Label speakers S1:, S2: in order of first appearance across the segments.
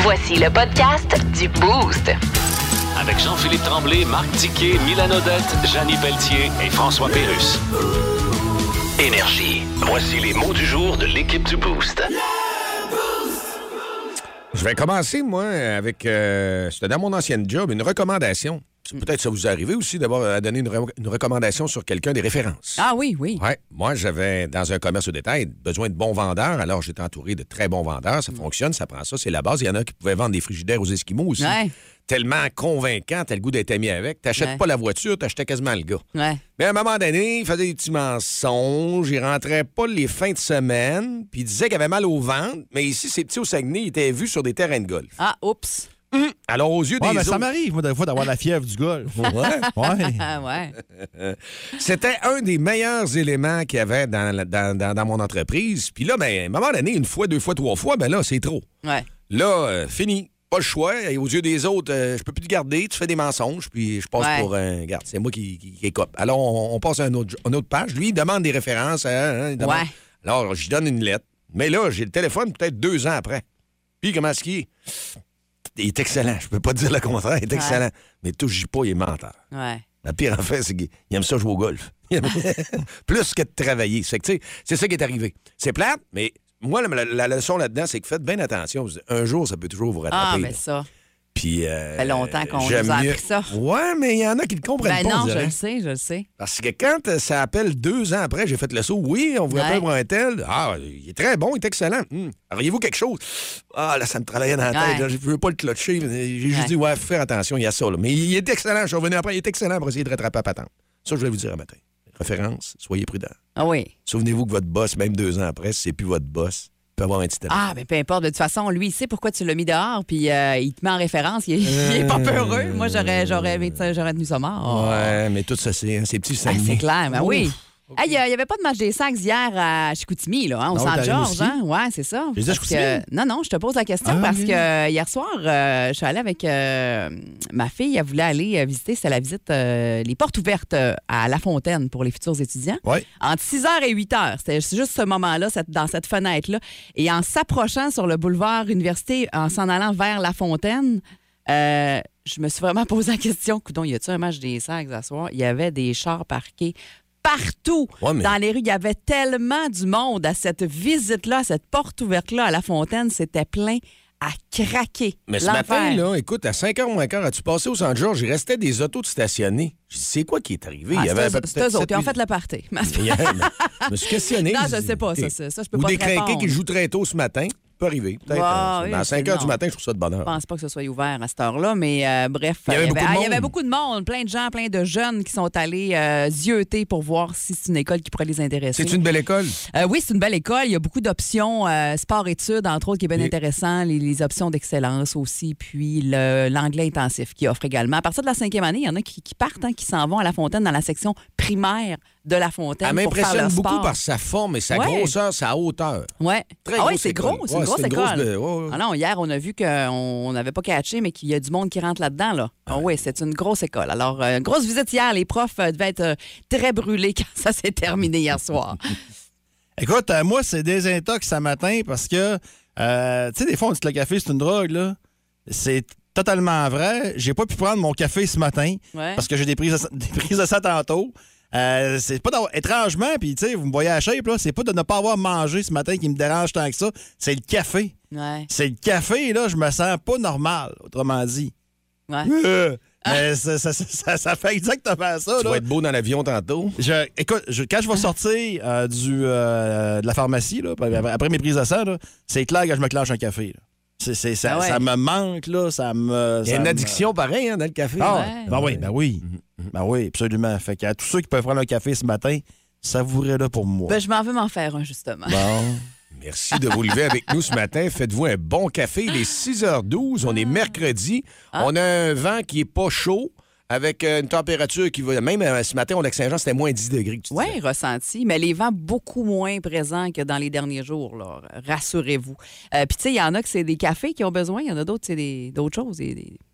S1: Voici le podcast du Boost.
S2: Avec Jean-Philippe Tremblay, Marc Tiquet, Milan Odette, Janine Pelletier et François Pérus. Énergie. Voici les mots du jour de l'équipe du Boost.
S3: Je vais commencer, moi, avec. euh, C'était dans mon ancienne job, une recommandation.
S4: Mm.
S3: C'est Peut-être ça vous est arrivé aussi d'avoir à donner une, re- une recommandation sur quelqu'un, des références.
S4: Ah oui, oui.
S3: Ouais, moi, j'avais, dans un commerce au détail, besoin de bons vendeurs. Alors, j'étais entouré de très bons vendeurs.
S4: Mm.
S3: Ça fonctionne, ça prend ça, c'est la base. Il y en a qui pouvaient vendre des frigidaires aux Esquimaux aussi.
S4: Ouais.
S3: Tellement convaincant, t'as le goût d'être ami avec. T'achètes
S4: Ouais.
S3: pas la voiture, t'achetais quasiment le gars.
S4: Ouais.
S3: Mais à un moment donné, il faisait des petits mensonges, il rentrait pas les fins de semaine, puis il disait qu'il avait mal au ventre, mais ici, ces petits au Saguenay, ils étaient vus sur des terrains de golf.
S4: Ah, oups.
S3: Alors, aux yeux
S5: Ouais,
S3: des
S5: mais ça
S3: autres,
S5: m'arrive, moi, des fois, d'avoir la fièvre du golf.
S3: Ouais.
S5: Ouais.
S4: Ah ouais.
S3: C'était un des meilleurs éléments qu'il y avait dans, la- dans- dans- dans mon entreprise. Puis là, ben, à un moment donné, une fois, deux fois, trois fois, ben là, c'est trop.
S4: Ouais.
S3: Là, euh, fini. Pas le choix. Et aux yeux des autres, euh, je peux plus te garder. Tu fais des mensonges, puis je passe
S4: Ouais.
S3: pour un... Garde, c'est moi qui, qui, qui écope. Alors, on, on passe à une autre, une autre page. Lui, il demande des références. hein, hein, il demande.
S4: Ouais.
S3: Alors, je lui donne une lettre. Mais là, j'ai le téléphone peut-être deux ans après. Puis, comment est-ce qu'il est? Il est excellent. Je peux pas te dire le contraire. Il est excellent. Mais touche pas, il est menteur.
S4: Ouais.
S3: La pire affaire, c'est qu'il aime ça jouer au golf. Il aime- Plus que de travailler. C'est que, tu sais, c'est ça qui est arrivé. C'est plate, mais moi, la, la- la leçon là-dedans, c'est que faites bien attention. Un jour, ça peut toujours vous
S4: Ah,
S3: rattraper.
S4: mais
S3: là.
S4: ça.
S3: Puis, euh,
S4: fait longtemps qu'on
S3: j'aime
S4: nous a appris
S3: mieux-
S4: ça.
S3: Ouais, mais il y en a qui le comprennent
S4: Ben
S3: pas. on
S4: non, je
S3: dirait.
S4: le sais, je le sais.
S3: Parce que quand euh, ça appelle deux ans après, j'ai fait le saut. Oui, on vous
S4: Ouais.
S3: appelle pour un tel. Ah, il est très bon, il est excellent. Hum. Auriez-vous quelque chose? Ah, là, ça me travaillait dans la tête.
S4: Ouais.
S3: là, je veux pas le clutcher. mais J'ai juste
S4: Ouais.
S3: dit, ouais, faire attention, il y a ça. là. Mais il est excellent. Je suis revenu après, il est excellent pour essayer de rattraper la patente. Ça, je vais vous dire un matin. Référence, soyez prudent.
S4: Ah oui.
S3: Souvenez-vous que votre boss, même deux ans après, si c'est plus votre boss, il peut avoir un petit ami.
S4: Ah, mais peu importe. De toute façon, lui, il sait pourquoi tu l'as mis dehors, puis euh, il te met en référence. Il, il est pas peureux. Moi, j'aurais j'aurais aimé ça, j'aurais tenu ça mort.
S3: Ouais, mais tout ça, c'est hein, ces petits
S4: Ah,
S3: sacs.
S4: c'est clair, mais oui. Hey, Il n'y avait pas de match des sacs hier à Chicoutimi, là, hein, au
S5: Non,
S4: centre
S5: t'arrives
S4: Georges.
S5: aussi?
S4: Hein? Ouais, c'est ça.
S5: Les
S4: Parce
S5: Chicoutimi?
S4: que- Non, non, je te pose la question
S5: Ah,
S4: parce
S5: oui.
S4: que hier soir, euh, je suis allée avec euh, ma fille. Elle voulait aller euh, visiter, c'est la visite, euh, les portes ouvertes euh, à La Fontaine pour les futurs étudiants.
S5: Ouais.
S4: Entre 6h et 8h, c'était juste ce moment-là, cette- dans cette fenêtre-là. Et en s'approchant sur le boulevard Université, en s'en allant vers La Fontaine, euh, je me suis vraiment posé la question, coudon, y a-tu un match des sacs à soir? Il y avait des chars parqués partout
S3: Ouais, mais-
S4: dans les rues. Il y avait tellement du monde à cette visite-là, à cette porte ouverte-là à La Fontaine. C'était plein à craquer.
S3: Mais ce
S4: L'enfer.
S3: matin, là, écoute, à 5h moins quart, as-tu passé au Saint-Georges? Il restait des autos de stationnés. Je dis, C'est quoi qui est arrivé?
S4: Ah,
S3: Il y avait
S4: c'est eux-
S3: peut-être
S4: c'est eux autres
S3: sept,
S4: qui ont
S3: huit-
S4: fait le party.
S3: Il y a- je me suis questionné.
S4: Non, je sais pas, ça, ça, ça, je peux
S3: Ou
S4: pas
S3: des
S4: te
S3: crinqués
S4: répondre.
S3: qui jouent très tôt ce matin. Peut arriver, peut-être.
S4: Ah,
S3: euh,
S4: oui,
S3: à
S4: c'est
S3: 5 h du
S4: non.
S3: matin, je trouve ça de bonheur.
S4: Je pense pas que ce soit ouvert à cette heure-là, mais euh, bref,
S3: Il y avait beaucoup de
S4: ah,
S3: monde.
S4: beaucoup de monde, plein de gens, plein de jeunes qui sont allés euh, zioter pour voir si c'est une école qui pourrait les intéresser.
S3: C'est une belle école.
S4: Euh, oui, c'est une belle école. Il y a beaucoup d'options, euh, sport-études, entre autres, qui est bien
S3: Et-
S4: intéressant, les, les options d'excellence aussi, puis le- l'anglais intensif qui offre également. À partir de la cinquième année, il y en a qui, qui partent, hein, qui s'en vont à la fontaine dans la section primaire de la fontaine.
S3: Elle
S4: pour faire
S3: m'impressionne
S4: leur
S3: beaucoup
S4: sport.
S3: par sa forme et sa
S4: Ouais.
S3: grosseur, sa hauteur.
S4: Ouais.
S3: Très
S4: ah ouais,
S3: grosse
S4: c'est
S3: école.
S4: gros, c'est
S3: Ouais,
S4: une grosse
S3: c'est une grosse
S4: école.
S3: de- ouais, ouais.
S4: Ah non, hier, on a vu qu'on n'avait pas catché, mais qu'il y a du monde qui rentre là-dedans. Là. Ah oui, c'est une grosse école. Alors, euh, grosse visite hier. Les profs euh, devaient être euh, très brûlés quand ça s'est terminé hier soir.
S5: Écoute, euh, moi, c'est désintox ce matin parce que, euh, tu sais, des fois, on dit que le café, c'est une drogue, là. C'est totalement vrai. J'ai pas pu prendre mon café ce matin
S4: Ouais.
S5: parce que j'ai des prises de, sa- des prises de ça tantôt. Euh, c'est pas d'avoir- étrangement, puis tu sais, vous me voyez à la shape, là, c'est pas de ne pas avoir mangé ce matin qui me dérange tant que ça, c'est le café.
S4: Ouais.
S5: C'est le café, là, je me sens pas normal, autrement dit.
S4: Ouais.
S5: Euh, mais ça, ça- ça- ça- ça fait exactement ça,
S3: Tu
S5: là.
S3: vas être beau dans l'avion tantôt.
S5: Je- écoute, je- quand je vais sortir euh, du, euh, de la pharmacie, là, après, après mes prises de sang, là, c'est clair que je me clenche un café. là. C'est- c'est- ça,
S4: Ah ouais.
S5: ça me manque, là, ça me.
S3: Il y a
S5: ça
S3: une
S5: me-
S3: addiction pareille hein, dans le café.
S5: Ah,
S4: Ouais. Mm-hmm.
S5: Ben oui, ben oui. Ben oui, absolument. Fait que à tous ceux qui peuvent prendre un café ce matin, savourez-le pour moi.
S4: Ben, je m'en veux m'en faire un, justement.
S5: Bon.
S3: Merci de vous lever avec nous ce matin. Faites-vous un bon café. Il est 6h12. On est mercredi.
S4: Ah.
S3: On a un vent qui est pas chaud avec euh, une température qui va. Même euh, ce matin, au Lac-Saint-Jean, c'était moins 10 degrés que tu disais.
S4: Oui, ressenti, mais les vents beaucoup moins présents que dans les derniers jours, là. rassurez-vous. Euh, Puis, tu sais, il y en a que c'est des cafés qui ont besoin, il y en a d'autres, c'est des- d'autres choses, des, des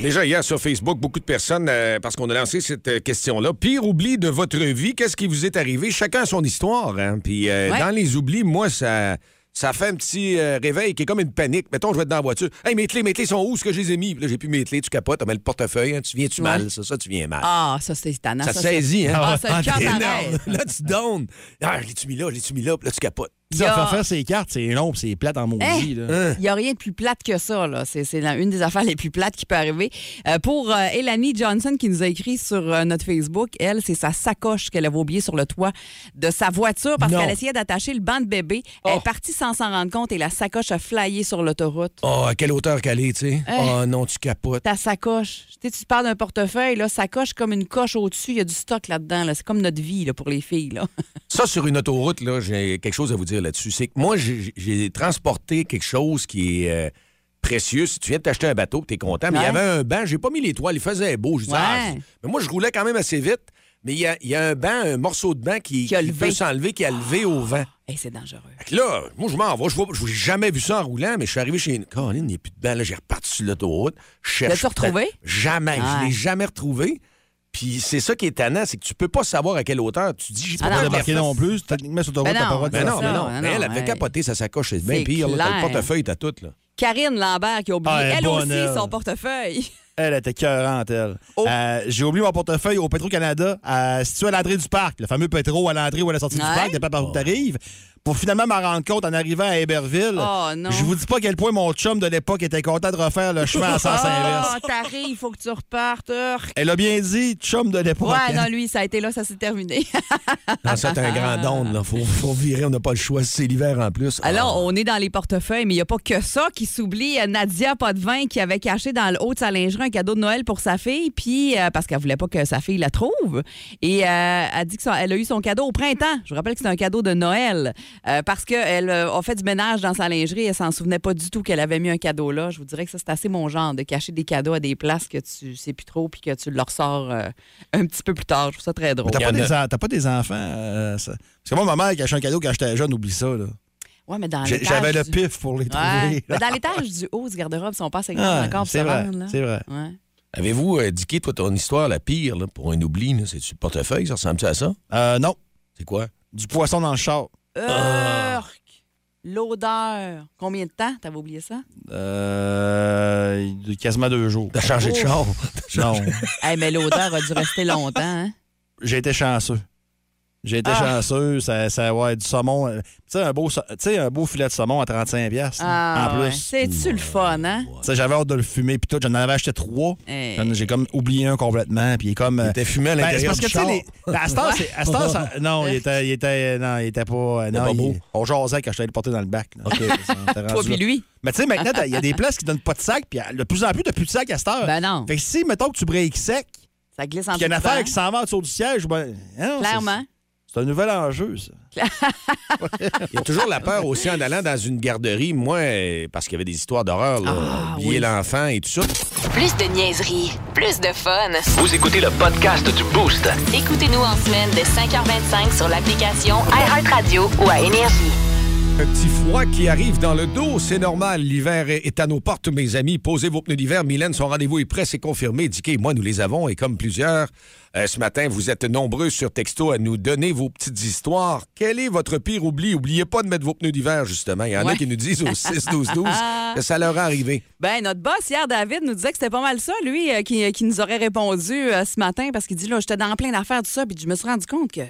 S3: Déjà, hier sur Facebook, beaucoup de personnes, euh, parce qu'on a lancé cette euh, question-là, pire oubli de votre vie, qu'est-ce qui vous est arrivé? Chacun a son histoire. hein. Puis euh,
S4: Ouais.
S3: dans les oublis, moi, ça, ça fait un petit euh, réveil qui est comme une panique. Mettons, je vais être dans la voiture. Hey, mes clés, mes clés sont où? Est-ce que je les ai mis? Puis Là, j'ai plus mes clés, tu capotes, t'as mis le portefeuille, hein, tu viens-tu
S4: Ouais.
S3: mal? Ça, ça, tu viens mal.
S4: Ah, ça, c'est étonnant.
S3: ça, saisit, hein?
S4: Ah, ça, le cœur
S3: Énorme.
S4: t'arrête.
S3: Là, tu donnes. Ah, l'ai-tu mis là? L'ai-tu mis là? Puis là, tu capotes.
S5: Tu
S4: Il y a-
S5: faire faire ses cartes, c'est long, puis c'est plate en maudit.
S4: Hey!
S5: là.
S4: Il n'y Eh, a rien de plus plate que ça. là. C'est c'est la- une des affaires les plus plates qui peut arriver. Euh, pour euh, Elanie Johnson qui nous a écrit sur euh, notre Facebook, elle, c'est sa sacoche qu'elle avait oubliée sur le toit de sa voiture parce
S5: Non. Oh.
S4: qu'elle essayait d'attacher le banc de bébé. Elle est partie sans s'en rendre compte et la sacoche a flyé sur l'autoroute.
S3: Oh, à quelle hauteur qu'elle est, tu sais? Oh non, tu capotes.
S4: Ta sacoche. Tu sais, tu parles d'un portefeuille, là, sacoche comme une coche au-dessus, il y a du stock là-dedans. là. C'est comme notre vie là, pour les filles. Là.
S3: Ça, sur une autoroute, là, j'ai quelque chose à vous dire là-dessus. C'est que moi, j'ai- j'ai transporté quelque chose qui est euh, précieux. Si tu viens de t'acheter un bateau, t'es content, mais il y
S4: Ouais.
S3: avait un banc, j'ai pas mis les toiles, il faisait beau. Je disais,
S4: Ouais.
S3: ah, c'est- mais moi, je roulais quand même assez vite. Mais il y a, il y a un banc, un morceau de banc qui,
S4: Qui a
S3: qui
S4: levé.
S3: peut s'enlever, qui a levé au vent.
S4: Hey, c'est dangereux.
S3: Fait que là, moi, je m'en vais. Je vois- je n'ai jamais vu ça en roulant, mais je suis arrivé chez une. Colin, il n'y a plus de banc. Là, j'ai reparti sur l'autoroute. Je cherche-
S4: L'as-tu retrouvé?
S3: Jamais.
S4: Ah.
S3: Je l'ai jamais retrouvé. Puis c'est ça qui est tannant, c'est que tu peux pas savoir à quelle hauteur. Tu dis, j'ai
S4: Ah
S5: Pas
S4: non,
S5: de
S4: mais
S5: débarquer
S4: ça,
S5: non plus. Techniquement, sur ton route,
S4: Ben
S5: t'as pas le
S4: non,
S5: droit de
S3: Mais
S5: faire
S3: non,
S4: C'est
S5: ça.
S3: mais non.
S4: ça,
S3: Mais elle
S4: non,
S3: avait
S4: hey.
S3: capoté sa sacoche. C'est bien
S4: C'est
S3: pire. là. T'as le
S4: clair.
S3: portefeuille, t'as tout. Là.
S4: Karine Lambert qui a oublié,
S5: Ah, elle est
S4: elle,
S5: bonne,
S4: aussi,
S5: elle.
S4: son portefeuille.
S5: Elle était cœurante, elle.
S4: Oh.
S5: Euh, J'ai oublié mon portefeuille au Petro-Canada, euh, situé à l'entrée du parc, le fameux Petro à l'entrée ou à la sortie
S4: Ouais.
S5: du parc, dépend par où t'arrives, pour finalement m'en rendre compte en arrivant à Héberville.
S4: Oh, non.
S5: Je vous dis pas à quel point mon chum de l'époque était content de refaire le chemin à sens inverse.
S4: Ah, t'arrives, il faut que tu repartes. Urgh.
S5: Elle a bien dit, chum de l'époque.
S4: Ouais, non, lui, ça a été là, ça s'est terminé.
S3: Non, c'est un grand don. Là. Faut, faut virer, on n'a pas le choix. C'est l'hiver en plus.
S4: Alors, on est dans les portefeuilles, mais il n'y a pas que ça qui s'oublie. Euh, Nadia Potvin qui avait caché dans le haut de sa lingerie un cadeau de Noël pour sa fille, puis euh, parce qu'elle voulait pas que sa fille la trouve. Et euh, elle dit qu'elle a eu son cadeau au printemps. Je vous rappelle que c'est un cadeau de Noël euh, parce qu'elle a fait du ménage dans sa lingerie. Elle s'en souvenait pas du tout qu'elle avait mis un cadeau là. Je vous dirais que ça, c'est assez mon genre de cacher des cadeaux à des places que tu sais plus trop puis que tu leur sors euh, un petit peu plus tard. Je trouve ça très drôle.
S5: T'as pas,
S3: Il y en
S5: des en- t'as pas des enfants. euh, ça- Parce que moi, ma mère, elle cachait un cadeau quand j'étais jeune, oublie ça. là.
S4: Ouais, mais dans
S5: J'ai-
S4: l'étage
S5: J'avais le
S4: du-
S5: pif pour les
S4: Ouais.
S5: trouver.
S4: Mais dans l'étage du haut du garde-robe, si on passe avec
S5: Ah,
S4: encore pour se
S5: c'est vrai,
S4: rendre, là.
S5: c'est vrai.
S4: Ouais.
S3: Avez-vous indiqué, toi, ton histoire la pire là, pour un oubli? là? C'est-tu le portefeuille? Ça ressemble-tu à ça?
S5: Euh, non,
S3: C'est quoi?
S5: du poisson dans le char. Ah.
S4: Urk! L'odeur. Combien de temps? T'avais oublié ça?
S5: Euh, quasiment deux jours.
S3: T'as changé de char?
S5: Non,
S4: Eh, mais l'odeur a dû rester longtemps. hein?
S5: j'ai été chanceux. J'ai été
S4: Ah.
S5: chanceux, ça, ça ouais, du saumon. euh, Tu sais, un, beau sa- tu sais, un beau filet de saumon à 35 piastres,
S4: Ah,
S5: en
S4: ouais.
S5: plus.
S4: C'est-tu le fun, hein?
S5: Tu sais, J'avais hâte de le fumer, puis tout, j'en avais acheté trois.
S4: Hey.
S5: J'en- J'ai comme oublié un complètement, puis il est comme... euh,
S3: T'es fumé à
S5: ben, c'est
S3: l'intérieur
S5: parce que,
S3: du
S5: tu sais,
S3: char.
S5: les- ben, à cette heure, c'est- à cette heure, ça- non, il était, il était, non, il était pas, non,
S3: pas
S5: il-
S3: beau.
S5: on jasait quand je t'allais le porter dans le bac. là. Ça, on était
S4: Toi
S5: rendu
S4: puis
S5: là.
S4: lui.
S5: Mais tu sais, maintenant, t'as- il y a des places qui donnent pas de sac, puis de plus en plus, t'as plus de sac à cette heure.
S4: Ben non.
S5: Ah. Fait que si, mettons que tu breaks sec,
S4: Ça glisse en
S5: qu'il y a une
S4: dessous du
S5: affaire
S4: banc.
S5: qui s'en va autour du siège, ben, hein,
S4: Clairement.
S5: c'est- C'est un nouvel enjeu, ça.
S3: Il y a toujours la peur aussi en allant dans une garderie. Moi, euh, parce qu'il y avait des histoires d'horreur, là,
S4: Ah,
S3: oublier
S4: oui.
S3: l'enfant et tout ça.
S1: Plus de niaiserie, plus de fun.
S2: Vous écoutez le podcast du Boost.
S1: Écoutez-nous en semaine de 5h25 sur l'application iHeartRadio ou à Énergie.
S3: Un petit froid qui arrive dans le dos, c'est normal. L'hiver est est à nos portes, mes amis. Posez vos pneus d'hiver. Mylène, son rendez-vous est prêt, c'est confirmé. Dicky et moi, nous les avons. Et comme plusieurs, euh, ce matin, vous êtes nombreux sur texto à nous donner vos petites histoires. Quel est votre pire oubli? Oubliez pas de mettre vos pneus d'hiver, justement. Il y en a
S4: Ouais.
S3: qui nous disent au 6-12-12 que ça leur est arrivé.
S4: Ben, notre boss, hier, David, nous disait que c'était pas mal ça, lui, euh, qui, qui nous aurait répondu euh, ce matin, parce qu'il dit, là, j'étais dans plein d'affaires, tout ça, puis je me suis rendu compte que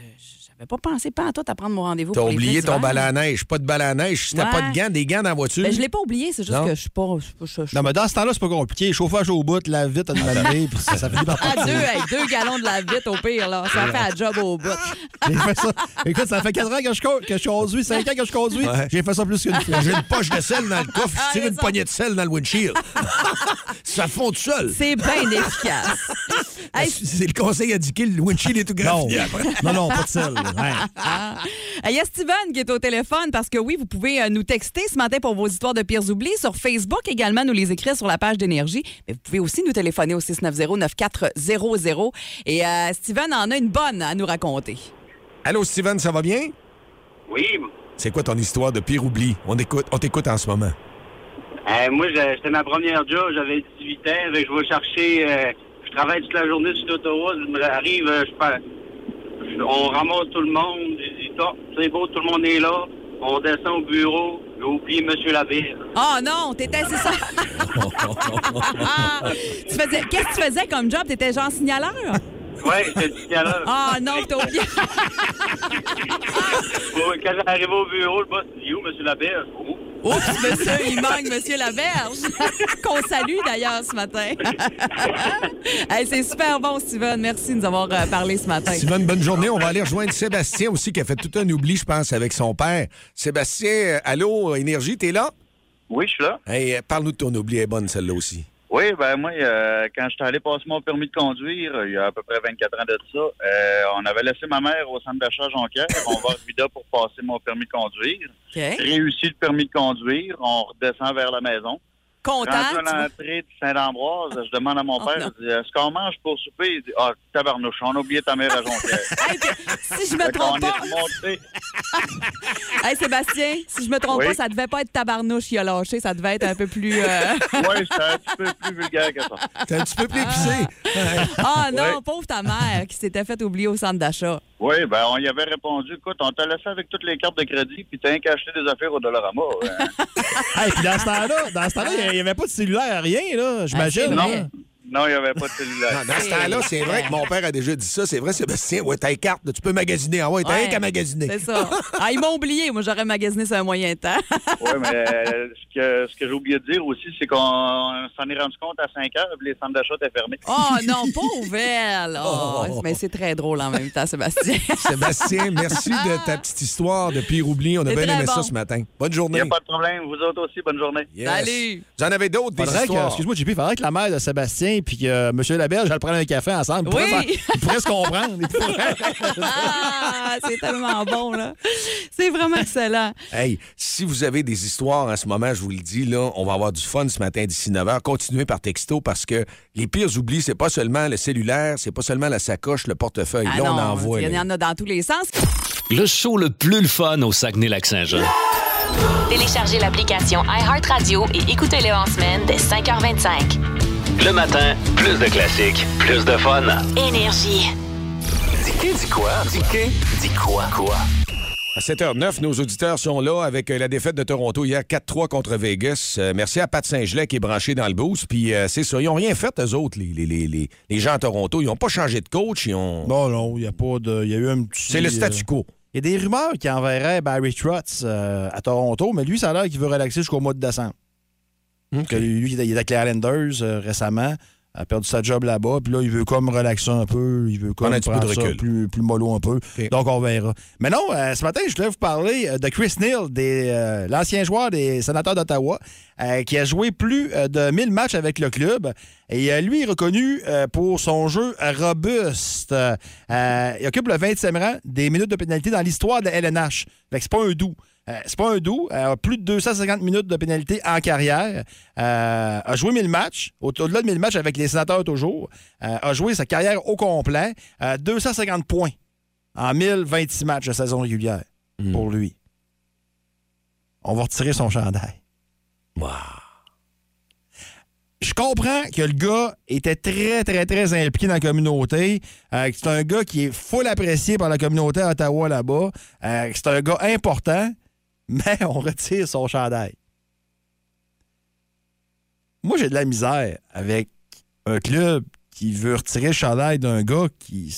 S4: j'avais pas pensé pas à toi à prendre mon rendez-vous.
S3: T'as
S4: pour les
S3: oublié
S4: pneus
S3: ton
S4: d'hiver.
S3: balai à neige. Pas de balai à neige. Si t'as
S4: Ouais.
S3: pas de gants, des gants dans la voiture.
S4: Ben, je l'ai pas oublié, c'est juste
S3: Non.
S4: que je suis pas. je suis pas- je- je-
S5: Non, mais dans ce temps-là, c'est pas compliqué. Chauffage au bout, la vite, une maladie, puis ça, ça finit par
S4: À
S5: partir.
S4: deux, hey, deux gallons de la vite au pire, là. Ça fait un job au bout.
S5: J'ai fait ça. Écoute, ça fait 4 ans que je, co- que je conduis, 5 ans que je conduis.
S3: Ouais.
S5: J'ai fait ça plus qu'une fois.
S3: J'ai une poche de sel dans le coffre,
S4: Ah,
S3: je tire
S4: c'est
S3: une
S4: ça.
S3: poignée de sel dans le windshield. ça fond tout seul.
S4: C'est bien efficace. Hey,
S3: C'est le conseil indiqué, le windshield est tout
S5: Non,
S3: grave.
S5: non, non, pas de sel. là.
S4: Euh, Il y a Steven qui est au téléphone parce que oui, vous pouvez euh, nous texter ce matin pour vos histoires de pires oubliés sur Facebook également, nous les écrire sur la page d'énergie. Mais vous pouvez aussi nous téléphoner au 690-9400. Et euh, Steven en a une bonne à nous raconter.
S3: Allô, Steven, ça va bien?
S6: Oui.
S3: C'est quoi ton histoire de pire oubli? On écoute- on t'écoute en ce moment.
S6: Euh, moi, j'ai- c'était ma première job. J'avais 18 ans. Fait que je vais chercher. euh, je travaille toute la journée sur l'autoroute. Je me- arrive, euh, je pars- je- on ramasse tout le monde. Je dis, Top, c'est beau, tout le monde est là. On descend au bureau. J'ai oublié M. Labir.
S4: Oh non, t'étais c'est ça. Ah. Tu faisais- Qu'est-ce que tu faisais comme job? T'étais genre signaleur?
S6: Ouais, je te dis tout à l'heure.
S4: Ah non, t'as oublié.
S6: Bon, Quand j'arrive au bureau, le boss dit, où, M. Labir? Oh.
S4: Oups, monsieur, il manque monsieur Laverge, qu'on salue d'ailleurs ce matin. Hey, c'est super bon, Steven. Merci de nous avoir euh, parlé ce matin.
S3: Simone, bonne journée. On va aller rejoindre Sébastien aussi, qui a fait tout un oubli, je pense, avec son père. Sébastien, euh, allô, Énergie, t'es là?
S7: Oui, je suis là.
S3: Hey, euh, parle-nous de ton oubli, elle est bonne celle-là aussi.
S7: Oui, ben moi, euh, quand j'étais allé passer mon permis de conduire, euh, il y a à peu près 24 ans de ça, euh, on avait laissé ma mère au centre d'achat Jonquière. on va à Vida pour passer mon permis de conduire.
S4: OK.
S7: Réussi le permis de conduire, on redescend vers la maison.
S4: Content?
S7: Rendu à
S4: tu vois?
S7: l'entrée de Saint-Ambroise, je demande à mon
S4: Oh,
S7: père, je dis, est-ce qu'on mange pour souper? Il dit, ah, tabarnouche, on a oublié ta mère à Jonquière.
S4: Hey, puis, si je me
S7: Fait qu'on
S4: trompe
S7: est
S4: pas,
S7: remonté.
S4: hey, Sébastien, si je me trompe
S7: Oui.
S4: pas, ça devait pas être tabarnouche qui a lâché, ça devait être un peu plus. euh,
S7: Oui, c'était un petit peu plus vulgaire que ça.
S3: T'es un petit peu plus épicé.
S4: Ah non,
S7: Oui.
S4: pauvre ta mère qui s'était fait oublier au centre d'achat.
S7: Oui, ben on y avait répondu, écoute, on t'a laissé avec toutes les cartes de crédit, puis t'as rien qu'à acheter des affaires au Dollarama. hein.
S5: Hey, puis dans ce temps-là, dans ce temps-là, il n'y avait pas de cellulaire, rien, là,
S4: Ah,
S5: j'imagine.
S4: c'est
S5: là.
S4: vrai.
S7: Non, il n'y avait pas de cellulaire.
S3: Ah, Dans ce temps-là, c'est vrai que mon père a déjà dit ça. C'est vrai, Sébastien, ouais, t'as les cartes, là, tu peux magasiner. Ah ouais, t'as
S4: Ouais.
S3: rien qu'à magasiner.
S4: C'est ça. Ah, ils m'ont oublié. Moi, j'aurais magasiné sur un moyen temps.
S7: Oui, mais euh, ce que, ce que j'ai oublié de dire aussi, c'est qu'on s'en est rendu compte à 5 heures, puis les centres d'achat étaient fermés.
S4: Oh non, pauvre elle. Oh,
S3: Oh.
S4: Mais c'est très drôle en même temps, Sébastien.
S3: Sébastien, merci de ta petite histoire de pire oubli. On a
S4: C'est
S3: bien
S4: très
S3: aimé
S4: bon.
S3: ça ce matin. Bonne
S7: Il
S3: journée.
S7: n'y a pas de problème. Vous autres aussi, bonne journée.
S3: Yes.
S4: Salut.
S3: Vous en avez d'autres, des
S5: Faudrait que,
S3: histoires?
S5: excuse-moi, JP, faudrait que la mère de Sébastien puis que euh, M. Laberge, j'allais prendre un café ensemble. Ils
S4: Oui.
S5: pourraient faire- Ils pourraient se comprendre. Ils pourraient-
S4: Ah, c'est tellement bon, là. C'est vraiment excellent.
S3: Hey, si vous avez des histoires en ce moment, je vous le dis, là, on va avoir du fun ce matin d'ici 9h. Continuez par texto parce que les pires oublis, c'est pas seulement le cellulaire, c'est pas seulement la sacoche, le portefeuille.
S4: Ah
S3: là, on
S4: non,
S3: en voit.
S4: Il y
S3: là.
S4: en a dans tous les sens.
S2: Le show le plus le fun au Saguenay-Lac-Saint-Jean.
S1: Téléchargez l'application iHeartRadio et écoutez-le en semaine dès 5h25.
S2: Le matin, plus de classiques, plus de fun.
S1: Énergie.
S2: Dis dit quoi? Dis dit quoi? Quoi?
S3: À 7h09, nos auditeurs sont là avec euh, la défaite de Toronto hier 4-3 contre Vegas. Euh, merci à Pat Saint-Gelais qui est branché dans le boost. Puis euh, c'est ça, ils n'ont rien fait, eux autres, les, les- les- les- les gens à Toronto. Ils n'ont pas changé de coach. Ils ont...
S5: Non, non, il n'y a pas de. Il y a eu un petit.
S3: c'est le
S5: euh,
S3: statu quo.
S5: Il y a des rumeurs qui enverraient Barry Trotz euh, à Toronto, mais lui, ça a l'air qu'il veut relaxer jusqu'au mois de décembre. Que lui, il est avec les Islanders euh, récemment, a perdu sa job là-bas, puis là, il veut comme relaxer un peu, il veut comme
S3: Prendre un petit peu de
S5: prendre ça
S3: recul.
S5: plus, plus mollo un peu.
S3: OK.
S5: Donc, on verra. Mais non, euh, ce matin, je voulais vous parler euh, de Chris Neal, des, euh, l'ancien joueur des sénateurs d'Ottawa, euh, qui a joué plus euh, de 1000 matchs avec le club. Et euh, lui est reconnu euh, pour son jeu robuste. Euh, euh, il occupe le 20e rang des minutes de pénalité dans l'histoire de la LNH. Fait que c'est pas un doux. Euh, c'est pas un doux. Euh, plus de 250 minutes de pénalité en carrière. Euh, a joué 1000 matchs, au- au-delà de 1000 matchs avec les sénateurs toujours. Euh, a joué sa carrière au complet. Euh, 250 points en 1026 matchs de saison régulière pour lui. On va retirer son chandail. Je comprends que le gars était très, très, très impliqué dans la communauté. euh, que c'est un gars qui est full apprécié par la communauté à Ottawa là-bas. euh, que c'est un gars important, mais on retire son chandail. Moi, j'ai de la misère avec un club qui veut retirer le chandail d'un gars qui.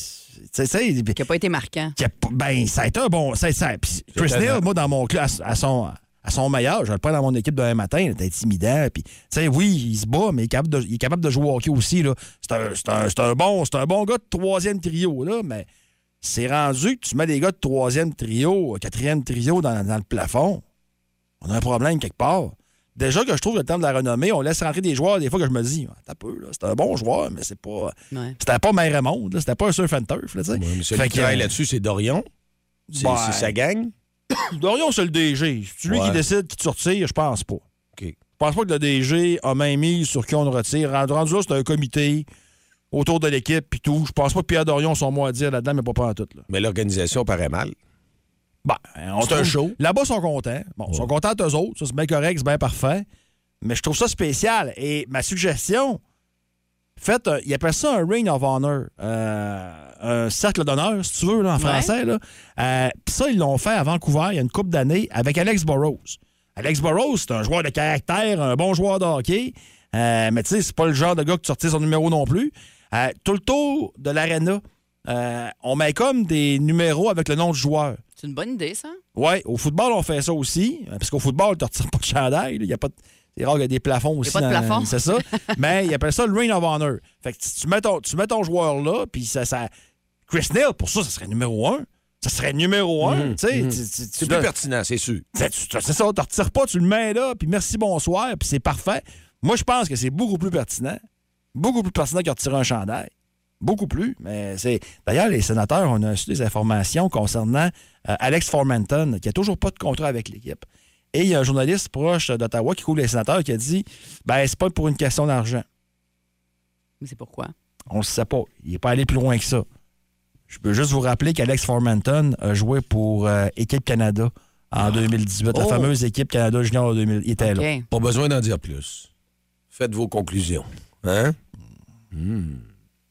S5: Tu sais, il-
S4: Qui n'a pas été marquant.
S5: qui a pas- ben, ça a été un bon. Ça, ça- puis Chris
S3: étonnant.
S5: Neal, moi, dans mon club, à, s- à son, à son meilleur, je le prends dans mon équipe demain matin, il est intimidant. Puis, tu sais, oui, il se bat, mais il est capable de, il est capable de jouer au hockey aussi. là. C'est un, c'est un- c'est un bon, c'est un bon gars de troisième trio, là, mais c'est rendu que tu mets des gars de troisième trio, quatrième trio dans, dans le plafond. On a un problème quelque part. Déjà que je trouve que le temps de la renommée, on laisse rentrer des joueurs des fois que je me dis, Ah, t'as peu, là, c'est un bon joueur, mais c'est pas.
S4: Ouais.
S5: C'était pas Maire Raymond, là, c'était pas un surf and turf. Là, tu sais.
S3: Ouais, mais celui
S5: Fait
S3: qui
S5: que,
S3: travaille
S5: euh,
S3: là-dessus, c'est Dorion. C'est
S5: Ben.
S3: c'est sa gang?
S5: Dorion, c'est le DG. C'est lui
S3: Ouais.
S5: qui décide qui te retire, je pense pas.
S3: OK.
S5: Je pense pas que le DG a main mise sur qui on le retire. Rendu rendu là, c'est un comité autour de l'équipe puis tout. Je pense pas que Pierre Dorion a son mot à dire là-dedans, mais pas pas en tout. Là.
S3: Mais l'organisation paraît mal.
S5: Ben, on
S3: C'est un
S5: trouve-
S3: show.
S5: Là-bas, ils sont contents. Bon, ils sont contents eux autres. Ça, c'est bien correct, c'est bien parfait. Mais je trouve ça spécial. Et ma suggestion, faites, un- ils appellent ça un Ring of Honor, euh, un cercle d'honneur, si tu veux, là, en français. là. Euh, Puis ça, ils l'ont fait à Vancouver il y a une couple d'années avec Alex Burrows. Alex Burrows, c'est un joueur de caractère, un bon joueur de hockey. Euh, mais tu sais, c'est pas le genre de gars que tu sortis son numéro non plus. Euh, tout le tour de l'aréna, euh, on met comme des numéros avec le nom du joueur.
S4: C'est une bonne idée, ça.
S5: Oui, au football, on fait ça aussi. euh, Parce qu'au football, tu ne retires pas de chandail. là, Il y a pas de- C'est rare qu'il y a des plafonds aussi.
S4: pas de
S5: dans-
S4: plafond.
S5: C'est ça. Mais ils appellent ça le Ring of Honor. Fait que tu- tu mets ton, tu mets ton joueur là, puis ça, ça- Chris Neal, pour ça, ça serait numéro un. Ça serait numéro un. tu sais, tu- tu- tu
S3: C'est
S5: le-
S3: plus pertinent, c'est sûr.
S5: c'est c'est- c'est ça, tu retires pas, tu le mets là, puis merci, bonsoir, puis c'est parfait. Moi, je pense que c'est beaucoup plus pertinent. Beaucoup plus pertinent que retirer un chandail. Beaucoup plus. Mais c'est. D'ailleurs, les sénateurs, on a reçu des informations concernant euh, Alex Formanton, qui a toujours pas de contrat avec l'équipe. Et il y a un journaliste proche d'Ottawa qui couvre les sénateurs qui a dit Ben, c'est pas pour une question d'argent.
S4: Mais c'est pourquoi.
S5: On le sait pas. Il n'est pas allé plus loin que ça. Je peux juste vous rappeler qu'Alex Formanton a joué pour euh, Équipe Canada en 2018, la
S3: Oh.
S5: fameuse Équipe Canada Junior 2000. Il était
S4: OK.
S5: là.
S3: Pas besoin d'en dire plus. Faites vos conclusions. Hein?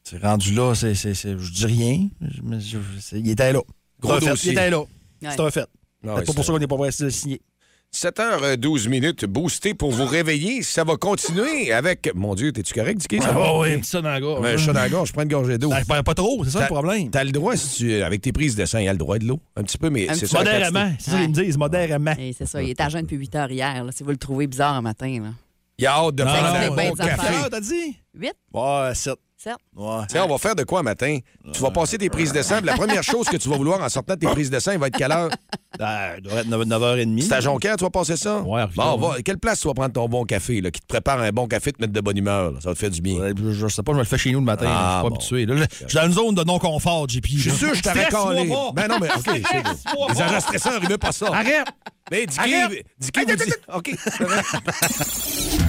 S5: C'est rendu là, c'est, c'est, c'est- je dis rien. je- mais je- c'est- il était là.
S3: Gros
S5: C'est un fait,
S3: dossier.
S5: Il était là.
S4: Ouais.
S5: C'est un fait.
S3: Ah
S5: c'est
S3: oui,
S5: pas pour
S3: c'est-
S5: ça qu'on n'est pas prêt de le signer.
S3: 7h12 minutes, boosté pour vous réveiller. Ça va continuer avec. Mon Dieu, t'es-tu correct, Dicky? Ça va?
S5: Ah oui. Ça dans la gorge.
S3: Mais je suis dans la gorge, je prends une gorgée d'eau.
S5: Ça perd pas trop, c'est ça le
S3: T'as-
S5: problème.
S3: T'as le droit, si tu, avec tes prises de sang, il y a le droit de l'eau. Un petit peu, mais
S4: Un
S3: c'est
S4: petit
S3: ça. la
S5: Modérément.
S3: quantité.
S5: C'est ça qu'ils me disent, modérément.
S4: Et c'est ça, il est à jeun depuis 8 heures hier. là, si vous le trouvez bizarre un matin. Là.
S3: Il a hâte de
S5: Non,
S3: prendre
S5: non,
S3: un
S5: non,
S3: bon
S4: ben des affaires.
S3: café.
S5: Ah, t'as dit?
S4: 8,
S5: Ouais, 7.
S4: 7.
S5: Ouais.
S3: Tiens, on va faire de quoi matin? Tu vas passer tes prises de sang. puis La première chose que tu vas vouloir en sortant de tes prises de sang, il va être quelle heure?
S5: Ah, il doit être 9h30.
S3: C'est à Jonquière, tu vas passer ça?
S5: Ouais,
S3: bon,
S5: évidemment.
S3: va, quelle place tu vas prendre ton bon café, là, qui te prépare un bon café, te mettre de bonne humeur? là? Ça va te faire du bien.
S5: Ouais, Je, je sais pas, je me le fais chez nous le matin.
S3: Ah,
S5: là,
S3: bon.
S5: je suis pas habitué. là. je, je suis dans une zone de non-confort, JP.
S3: Je suis sûr que je t'aurais calé. Ben non, mais OK, c'est bon.
S5: Stresse-moi
S3: Les agents stresseurs, ils veulent pas ça.
S5: Arrête!
S3: Mais Dicky,
S5: Arrête!
S3: Dicky vous dit... OK, c'est vrai.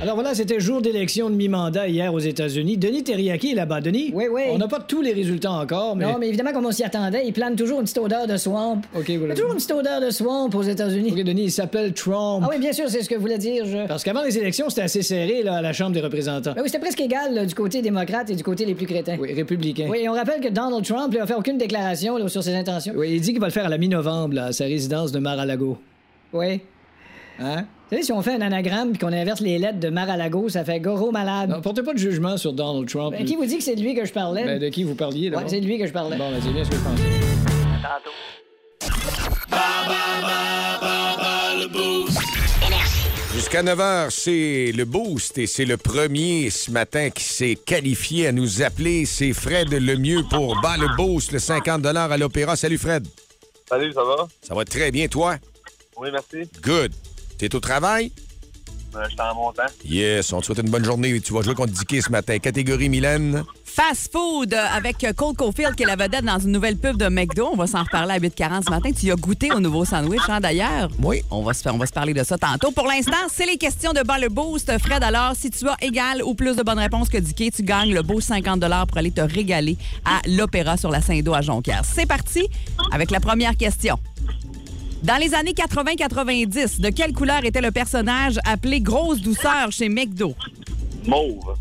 S8: Alors voilà, c'était jour d'élection de mi-mandat hier aux États-Unis. Denis Terriaki est là-bas. Denis?
S9: Oui, oui.
S8: On n'a pas tous les résultats encore, mais.
S9: Non, mais évidemment, comme on s'y attendait, il plane toujours une petite odeur de swamp.
S8: OK,
S9: Il y
S8: voilà.
S9: a toujours une petite odeur de swamp aux États-Unis.
S8: OK, Denis, il s'appelle Trump.
S9: Ah oui, bien sûr, c'est ce que voulait dire. Je...
S8: Parce qu'avant les élections, c'était assez serré, là, à la Chambre des représentants.
S9: Ben oui, c'était presque égal là, du côté démocrate et du côté les plus crétins.
S8: Oui, républicain.
S9: Oui, et on rappelle que Donald Trump n'a fait aucune déclaration là, sur ses intentions.
S8: Oui, il dit qu'il va le faire à la mi-novembre, là, à sa résidence de Mar-a-Lago.
S9: Oui.
S8: Hein?
S9: Vous savez, si on fait un anagramme puis qu'on inverse les lettres de Mar-a-Lago, ça fait Goro malade.
S8: Non, portez pas de jugement sur Donald Trump.
S9: Ben, qui vous dit que c'est de lui que je parlais?
S8: Ben, de qui vous parliez, là?
S9: Ouais, c'est de lui que je parlais.
S8: Bon, ben, c'est bien ce que je pensais.
S3: Jusqu'à 9h, c'est le boost et c'est le premier ce matin qui s'est qualifié à nous appeler. C'est Fred Lemieux pour Bas le boost, le 50 à l'Opéra. Salut Fred.
S7: Salut, ça va?
S3: Ça va très bien, toi?
S7: Oui, merci.
S3: Good. T'es au travail?
S7: Euh, je suis en montant.
S3: Yes, on te souhaite une bonne journée. Tu vas jouer contre Dicky ce matin. Catégorie Mylène.
S4: Fast food euh, avec euh, Cole Cofield qui est la vedette dans une nouvelle pub de McDo. On va s'en reparler à 8h40 ce matin. Tu y as goûté au nouveau sandwich, hein, d'ailleurs?
S3: Oui.
S4: On va, se, on va se parler de ça tantôt. Pour l'instant, c'est les questions de bas le boost. Fred, alors, si tu as égal ou plus de bonnes réponses que Dicky, tu gagnes le beau 50 pour aller te régaler à l'Opéra sur la Saint-Do à Jonquière. C'est parti avec la première question. Dans les années 80-90, de quelle couleur était le personnage appelé Grosse Douceur chez McDo?
S7: Mauve.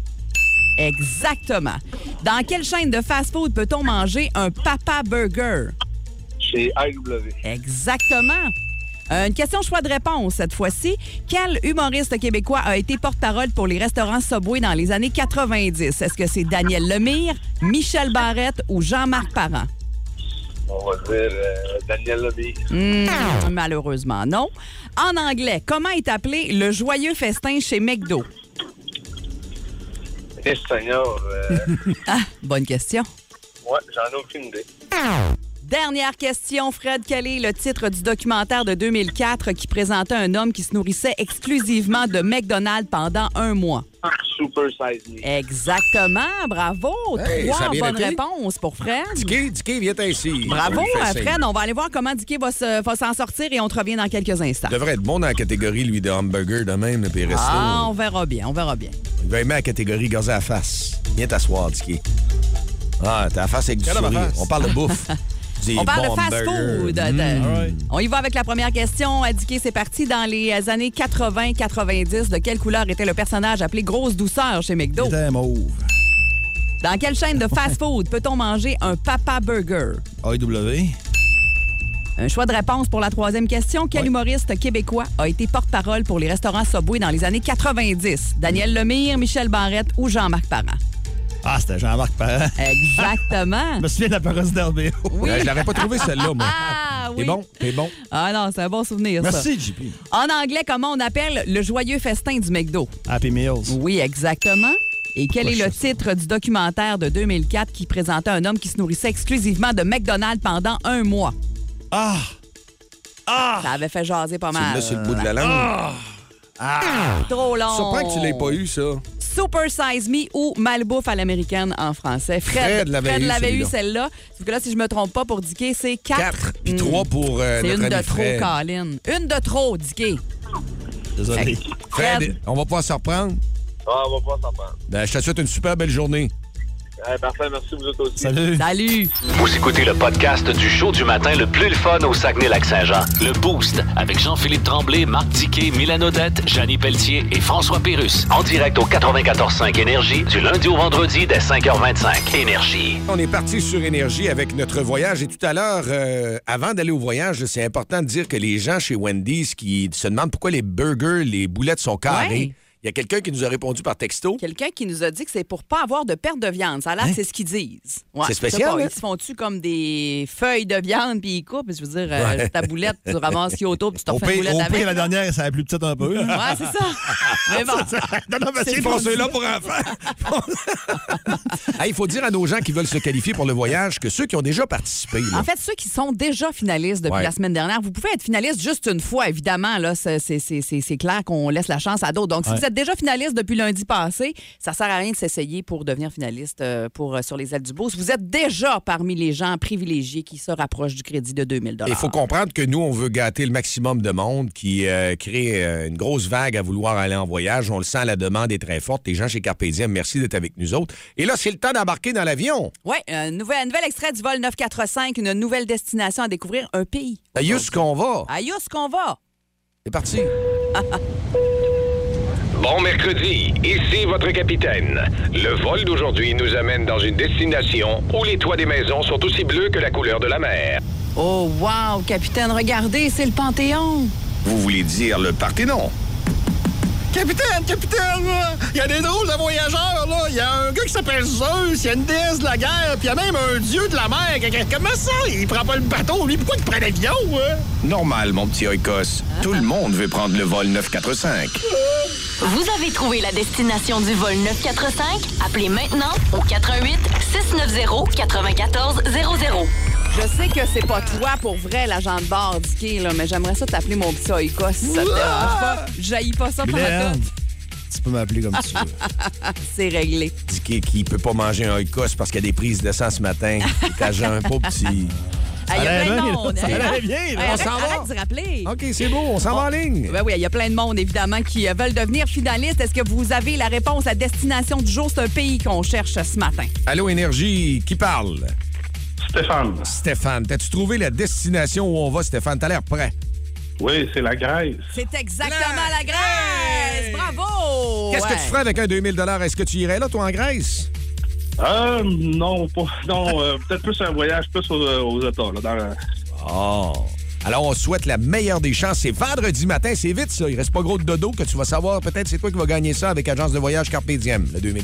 S4: Exactement. Dans quelle chaîne de fast-food peut-on manger un Papa Burger?
S7: Chez AW.
S4: Exactement. Euh, Une question choix de réponse cette fois-ci. Quel humoriste québécois a été porte-parole pour les restaurants Subway dans les années 90? Est-ce que c'est Daniel Lemire, Michel Barrette ou Jean-Marc Parent?
S7: On va dire euh, Daniel Lobby.
S4: Hmm, malheureusement, non. En anglais, comment est appelé le joyeux festin chez McDo?
S7: Et Seigneur, euh,
S4: Bonne question.
S6: Ouais, j'en ai aucune idée.
S4: Dernière question, Fred. Quel est le titre du documentaire de 2004 qui présentait un homme qui se nourrissait exclusivement de McDonald's pendant un mois?
S6: Super Size Me.
S4: Exactement. Bravo.
S3: Hey, ça Ah, a
S4: Trois
S3: bien
S4: bonnes
S3: été.
S4: réponses pour Fred.
S3: Dicky, Dicky, viens ici.
S4: Bravo,
S3: Je lui fais
S4: hein,
S3: signe.
S4: Fred. On va aller voir comment Dicky va se- va s'en sortir et on te revient dans quelques instants.
S3: Devrait être bon dans la catégorie, lui, de hamburger de même, là, puis resto.
S4: Ah, on verra bien, on verra bien.
S3: Il va aimer la catégorie gazé à la face. Viens t'asseoir, Dicky. Ah, t'as la face avec du
S5: Regarde ma
S3: sourire.
S5: face.
S3: On parle de bouffe. Des
S4: On parle
S3: bons
S4: de fast-food.
S3: hamburgers.
S4: de-
S3: Mm.
S4: On y va avec la première question. Indiqué, c'est parti dans les années 80-90. De quelle couleur était le personnage appelé Grosse Douceur chez McDo?
S5: C'était mauve.
S4: Dans quelle chaîne de fast-food peut-on manger un Papa Burger?
S5: AEW.
S4: Un choix de réponse pour la troisième question. Quel humoriste québécois a été porte-parole pour les restaurants Subway dans les années 90? Daniel Lemire, Michel Barrette ou Jean-Marc Parent?
S5: Ah, c'était Jean-Marc Parent.
S4: Exactement.
S5: Je me souviens de la paroisse d'Herbéo.
S4: Oui.
S3: Euh, je l'aurais pas trouvé, celle-là, moi.
S4: Ah, oui.
S3: T'es bon, t'es bon.
S4: Ah non, c'est un bon souvenir, ça.
S5: Merci, JP.
S4: En anglais, comment on appelle le joyeux festin du McDo?
S5: Happy Meals.
S4: Oui, exactement. Et quel est le titre du documentaire de 2004 qui présentait un homme qui se nourrissait exclusivement de McDonald's pendant un mois?
S5: Ah!
S3: Ah!
S4: Ça avait fait jaser pas mal.
S3: Là, sur le bout de la langue.
S4: Trop long.
S3: Surprends que tu l'aies pas eu, ça.
S4: Super Size Me ou Malbouffe à l'américaine en français. Fred,
S3: Fred l'avait eu,
S4: eu,
S3: celui-là.
S4: celle-là. Sauf que là, si je me trompe pas, pour Dicky, c'est 4.
S3: Quatre, puis trois pour euh,
S4: Mm. C'est
S3: notre
S4: une
S3: ami
S4: de trop,
S3: Fred.
S4: Colin. Une de trop, Dicky.
S5: Désolé.
S3: Fred,
S4: Fred.
S3: on va pouvoir se reprendre.
S6: Ah, on va pas s'en prendre.
S3: Ben, je te souhaite une super belle journée.
S6: Eh, parfait, merci, vous autres aussi.
S5: Salut.
S4: Salut.
S2: Vous écoutez le podcast du show du matin le plus le fun au Saguenay-Lac-Saint-Jean. Le Boost avec Jean-Philippe Tremblay, Marc Diquet, Milan Odette, Janine Pelletier et François Pérus. En direct au 94.5 Énergie du lundi au vendredi dès 5h25. Énergie.
S3: On est parti sur Énergie avec notre voyage. Et tout à l'heure, euh, avant d'aller au voyage, c'est important de dire que les gens chez Wendy's qui se demandent pourquoi les burgers, les boulettes sont carrées, il
S4: Ouais.
S3: y a quelqu'un qui nous a répondu par texto.
S4: Quelqu'un qui nous a dit que c'est pour pas avoir de perte de viande. Ça a l'air que c'est ce qu'ils disent. Ouais,
S3: C'est
S4: je sais
S3: spécial,
S4: pas,
S3: hein?
S4: Ils se font-tu comme des feuilles de viande puis ils coupent? Je veux dire, euh, ta boulette, tu ramasses Kyoto puis tu te
S5: Au
S4: refais une
S5: pire,
S4: boulette
S5: au
S4: avec.
S5: pire, la dernière, ça a plus petite un peu.
S4: Ouais, c'est ça. Mais bon.
S5: non, non, parce
S4: C'est
S5: qu'ils
S4: bon.
S5: font ceux-là pour enfants.
S3: Ah, il faut dire à nos gens qui veulent se qualifier pour le voyage que ceux qui ont déjà participé, là,
S4: En fait, ceux qui sont déjà finalistes depuis
S3: Ouais.
S4: la semaine dernière, vous pouvez être finaliste juste une fois, évidemment. Là, c'est, c'est- c'est- c'est- c'est clair qu'on laisse la chance à d'autres. Donc, si vous êtes déjà finaliste depuis lundi passé, ça sert à rien de s'essayer pour devenir finaliste euh, pour, euh, sur les ailes du Beauce. Vous êtes déjà parmi les gens privilégiés qui se rapprochent du crédit de 2000
S3: il faut comprendre que nous, on veut gâter le maximum de monde qui euh, crée euh, une grosse vague à vouloir aller en voyage. On le sent, la demande est très forte. Les gens chez Carpe Diem, merci d'être avec nous autres. Et là, c'est le temps d'embarquer dans l'avion.
S4: Oui, un euh, nouvel, un nouvel extrait du vol 945, une nouvelle destination à découvrir, un pays.
S3: Aïus Ah, qu'on va.
S4: Aïe, ce qu'on va!
S3: C'est parti.
S10: Bon mercredi, ici votre capitaine. Le vol d'aujourd'hui nous amène dans une destination où les toits des maisons sont aussi bleus que la couleur de la mer.
S4: Oh, wow, capitaine, regardez, c'est le Panthéon!
S10: Vous voulez dire le Parthénon?
S5: Capitaine, capitaine, là, il y a des drôles de voyageurs, là. Il y a un gars qui s'appelle Zeus, il y a une déesse de la guerre, puis il y a même un dieu de la mer. Comment ça? Il prend pas le bateau, lui. Pourquoi il prend l'avion, hein? Ah,
S10: Normal, mon petit Oikos. Tout le monde veut prendre le vol 945.
S1: Vous avez trouvé la destination du vol 945? Appelez maintenant au 88 690 94 00.
S4: Je sais que c'est pas toi pour vrai, l'agent de bord, Dicky, là, mais j'aimerais ça t'appeler mon petit Oikos si ça te dérange pas. Jaillis pas ça pendant
S5: Glenn,
S4: tout.
S5: tu peux m'appeler comme tu veux.
S4: C'est réglé.
S3: Dicky qui peut pas manger un cosse parce qu'il y a des prises de sang ce matin. T'as un pot petit.
S4: Ah, Il y a
S5: allait
S4: plein de
S5: bien,
S4: monde.
S5: ça
S4: hein?
S5: allait bien, là.
S4: Hey,
S5: On
S4: arrête-
S5: s'en va.
S4: Arrête de se rappeler.
S3: OK, c'est beau, on s'en va en ligne.
S4: Ben oui, il y a plein de monde, évidemment, qui euh, veulent devenir finalistes. Est-ce que vous avez la réponse à destination du jour? C'est un pays qu'on cherche euh, ce matin.
S3: Allô Énergie, qui parle?
S11: Stéphane.
S3: Stéphane, t'as-tu trouvé la destination où on va, Stéphane? T'as l'air prêt.
S11: Oui, c'est la Grèce.
S4: C'est exactement la Grèce! Bravo!
S3: Qu'est-ce
S4: Ouais.
S3: que tu ferais avec un 2000 Est-ce que tu irais là, toi, en Grèce?
S11: Euh, non, pas, non, euh, peut-être plus un voyage plus aux, aux États, là, dans la-
S3: Oh. Alors, on souhaite la meilleure des chances. C'est vendredi matin, c'est vite, ça. Il reste pas gros de dodo que tu vas savoir. Peut-être c'est toi qui vas gagner ça avec Agence de voyage Carpe Diem, le 2000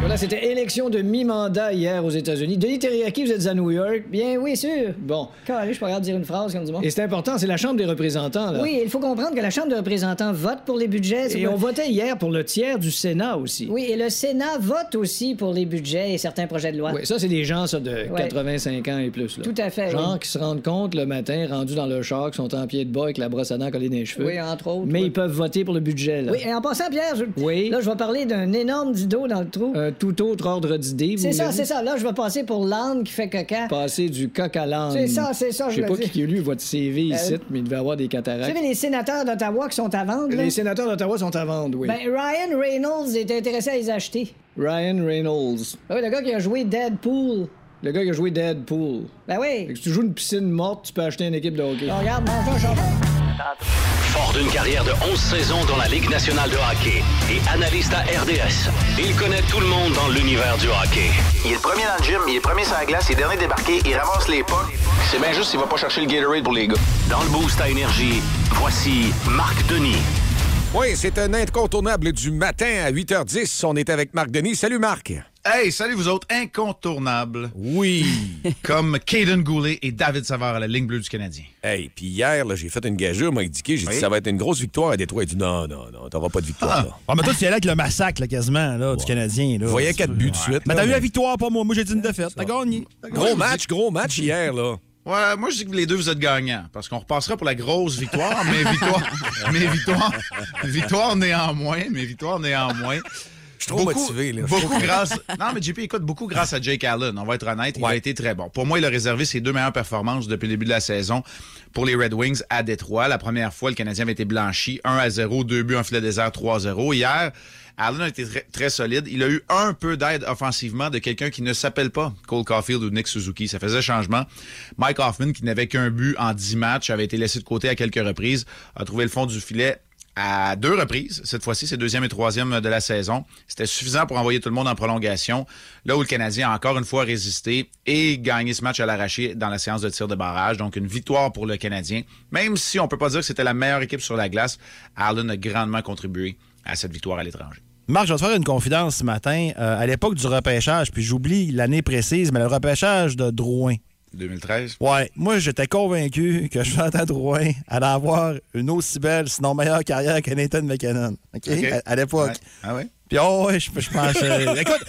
S8: Voilà, c'était élection de mi-mandat hier aux États-Unis. Denis Terriaki, vous êtes à New York.
S9: Bien, oui, sûr.
S8: Bon.
S9: Calé, je peux pas dire une phrase comme du monde.
S8: Et c'est important, c'est la Chambre des représentants, là.
S9: Oui, il faut comprendre que la Chambre des représentants vote pour les budgets. c'est
S8: Et
S9: pas-
S8: on votait hier pour le tiers du Sénat aussi.
S9: Oui, et le Sénat vote aussi pour les budgets et certains projets de loi.
S8: Oui, ça, c'est des gens, ça, de
S9: Ouais.
S8: 85 ans et plus. Là.
S9: Tout à fait,
S8: Gens
S9: oui.
S8: qui se rendent compte le matin, rendus dans leur char, qui sont en pied de bas avec la brosse à dents collée dans les cheveux.
S9: Oui, entre autres,
S8: Mais
S9: oui.
S8: ils peuvent voter pour le budget, là.
S9: Oui, et en passant, Pierre, je...
S8: Oui.
S9: là, je vais parler d'un énorme dido dans le trou.
S8: Un tout autre ordre d'idée, vous
S9: c'est ça,
S8: voulez-vous?
S9: c'est ça. Là, je vais passer pour l'âne qui fait caca.
S8: Passer du coq à l'âne.
S9: C'est ça, c'est ça,
S8: Je
S9: je
S8: sais
S9: le
S8: pas
S9: dis.
S8: qui a lu votre CV ici,
S9: Euh,
S8: mais il devait avoir des
S9: Vous
S8: cataractes.
S9: savez, les sénateurs d'Ottawa qui sont à vendre, là?
S8: Les sénateurs d'Ottawa sont à vendre, oui.
S9: Ben, Ryan Reynolds est intéressé à les acheter.
S8: Ryan Reynolds.
S9: Ah Oui, le gars qui a joué Deadpool.
S8: Le gars qui a joué Deadpool. Fait
S9: Ben oui.
S8: que si tu joues une piscine morte, tu peux acheter une équipe de hockey.
S9: Regarde, mon chat, j'en
S2: Fort d'une carrière de 11 saisons dans la Ligue nationale de hockey et analyste à RDS, il connaît tout le monde dans l'univers du hockey.
S12: Il est le premier dans le gym, il est premier sur la glace, il est dernier débarqué, il ramasse les pas. C'est bien juste s'il va pas chercher le Gatorade pour les gars.
S2: Dans le boost à énergie, voici Marc Denis.
S3: Oui, c'est un incontournable du matin à 8h10. On est avec Marc Denis. Salut Marc.
S13: Hey, salut vous autres, incontournables. Oui. Comme Caden Goulet et David Savard à la ligne bleue du Canadien.
S3: Hey, puis hier, là, j'ai fait une gageure, m'a indiqué, j'ai dit
S13: Oui.
S3: ça va être une grosse victoire à Détroit. Il dit non, non, non, t'auras pas de victoire. là.
S5: Ah, mais toi, tu y allais avec le massacre, là, quasiment, là, du Canadien. Là.
S3: Je voyais quatre buts de suite.
S5: Mais
S3: là,
S5: t'as eu
S3: mais-
S5: la victoire, pas moi. Moi, j'ai dit une défaite. T'as gagné.
S3: Gros match, gros match hier, là.
S13: Ouais, moi je dis que les deux vous êtes gagnants parce qu'on repassera pour la grosse victoire, mais victoire, mais victoire, victoire néanmoins, mais victoire néanmoins. Je
S3: suis trop motivé, là.
S13: Beaucoup grâce. Non, mais JP, écoute, beaucoup grâce à Jake Allen. On va être honnête, il a été très bon. Pour moi, il a réservé ses deux meilleures performances depuis le début de la saison pour les Red Wings à Détroit. La première fois, le Canadien avait été blanchi 1 à 0, deux buts, un filet désert 3 à 0. Hier, Allen a été très, très solide. Il a eu un peu d'aide offensivement de quelqu'un qui ne s'appelle pas Cole Caulfield ou Nick Suzuki. Ça faisait changement. Mike Hoffman, qui n'avait qu'un but en 10 matchs, avait été laissé de côté à quelques reprises, a trouvé le fond du filet à deux reprises. Cette fois-ci, c'est deuxième et troisième de la saison. C'était suffisant pour envoyer tout le monde en prolongation. Là où le Canadien a encore une fois résisté et gagné ce match à l'arraché dans la séance de tir de barrage. Donc, une victoire pour le Canadien. Même si on peut pas dire que c'était la meilleure équipe sur la glace, Allen a grandement contribué à cette victoire à l'étranger.
S5: Marc, je vais te faire une confidence ce matin. Euh, à l'époque du repêchage, puis j'oublie l'année précise, mais le repêchage de Drouin.
S13: 2013.
S5: Ouais, moi, j'étais convaincu que Jonathan Drouin allait avoir une aussi belle, sinon meilleure carrière que Nathan McKinnon. OK?
S13: OK.
S5: À, à l'époque.
S13: Ouais. Ah ouais?
S5: Puis, oh, ouais, je, je pense. euh, écoute,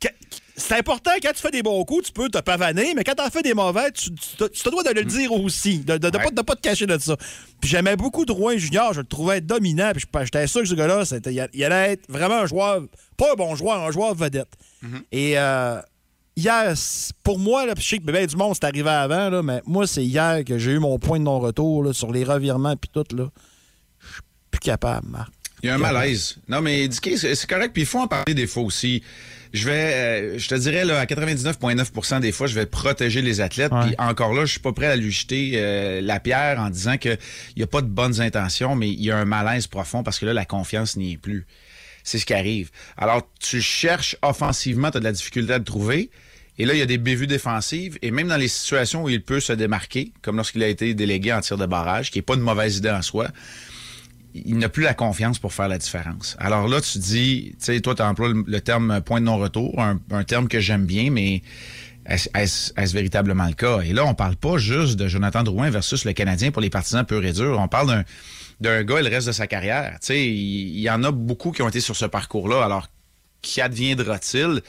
S5: que- c'est important, quand tu fais des bons coups, tu peux te pavaner, mais quand t'en fais des mauvais, tu, tu te, tu te dois de le dire aussi, de ne pas, de pas te cacher de ça. Puis j'aimais beaucoup Drouin Junior, je le trouvais dominant, puis je pe- j'étais sûr que ce gars-là, c'était- il a- il allait être vraiment un joueur, pas un bon joueur, un joueur vedette. Et euh, hier, c- pour moi, là, puis je sais que Bébé du Monde, c'est arrivé avant, là, mais moi, c'est hier que j'ai eu mon point de non-retour là, sur les revirements, puis tout, là. Je suis plus capable, Marc.
S13: Il y a un malaise. Non, mais Dicky, c'est c'est correct. Puis il faut en parler des fois aussi. Je vais, euh, je te dirais, là, à 99,9 des fois, je vais protéger les athlètes. Puis encore là, je suis pas prêt à lui jeter euh, la pierre en disant qu'il n'y a pas de bonnes intentions, mais il y a un malaise profond parce que là, la confiance n'y est plus. C'est ce qui arrive. Alors, tu cherches offensivement, tu as de la difficulté à le trouver. Et là, il y a des bévues défensives. Et même dans les situations où il peut se démarquer, comme lorsqu'il a été délégué en tir de barrage, qui n'est pas une mauvaise idée en soi, il n'a plus la confiance pour faire la différence. Alors là, tu dis, tu sais, toi, tu emploies le, le terme point de non-retour, un, un terme que j'aime bien, mais est-ce est-ce- est-ce véritablement le cas? Et là, on parle pas juste de Jonathan Drouin versus le Canadien pour les partisans purs et durs. On parle d'un d'un gars et le reste de sa carrière. Tu sais, il il y, en a beaucoup qui ont été sur ce parcours-là. Alors, qu'adviendra-t-il?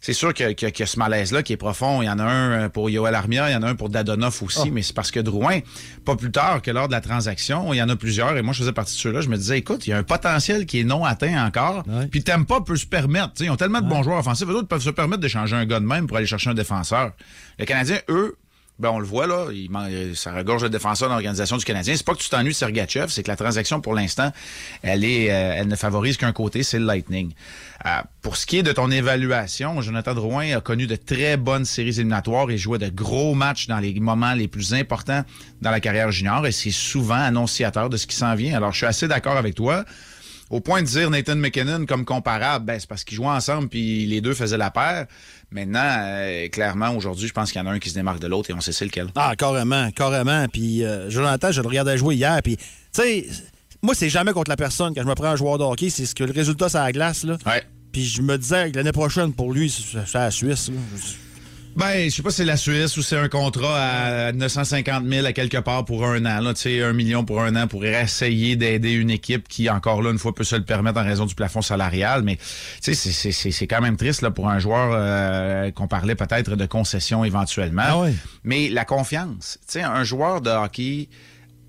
S13: C'est sûr que- que- qu'il y a ce malaise-là qui est profond. Il y en a un euh, pour Yoel Armia, il y en a un pour Dadonoff aussi, mais c'est parce que Drouin, pas plus tard que lors de la transaction, il y en a plusieurs, et moi je faisais partie de ceux-là, je me disais, écoute, il y a un potentiel qui est non atteint encore, puis Tempa peut se permettre. tu sais, Ils ont tellement de bons joueurs offensifs, eux autres peuvent se permettre d'échanger un gars de même pour aller chercher un défenseur. Les Canadiens, eux, ben on le voit là, il man- euh, ça regorge de défenseurs dans l'organisation du Canadien. C'est pas que tu t'ennuies de Sergachev, c'est que la transaction pour l'instant, elle est, euh, elle ne favorise qu'un côté, c'est le Lightning. Euh, pour ce qui est de ton évaluation, Jonathan Drouin a connu de très bonnes séries éliminatoires et jouait de gros matchs dans les moments les plus importants dans la carrière junior et c'est souvent annonciateur de ce qui s'en vient. Alors je suis assez d'accord avec toi. Au point de dire Nathan McKinnon comme comparable, ben, c'est parce qu'ils jouaient ensemble puis les deux faisaient la paire. Maintenant, euh, clairement, aujourd'hui, je pense qu'il y en a un qui se démarque de l'autre et on sait c'est lequel.
S5: Ah, carrément, carrément. Puis euh, Jonathan, je le regardais jouer hier. Puis, tu sais, moi, c'est jamais contre la personne. Quand je me prends un joueur de hockey, c'est ce que le résultat, c'est la glace. Là. Puis je me disais que l'année prochaine, pour lui, c'est c'est la Suisse. là.
S13: Ben, je sais pas si c'est la Suisse ou c'est un contrat à 950 000 à quelque part pour un an. Là, tu sais, un million pour un an pour essayer d'aider une équipe qui, encore là, une fois, peut se le permettre en raison du plafond salarial. Mais, tu sais, c'est- c'est- c'est c'est quand même triste là, pour un joueur euh, qu'on parlait peut-être de concession éventuellement. Mais la confiance. Tu sais, un joueur de hockey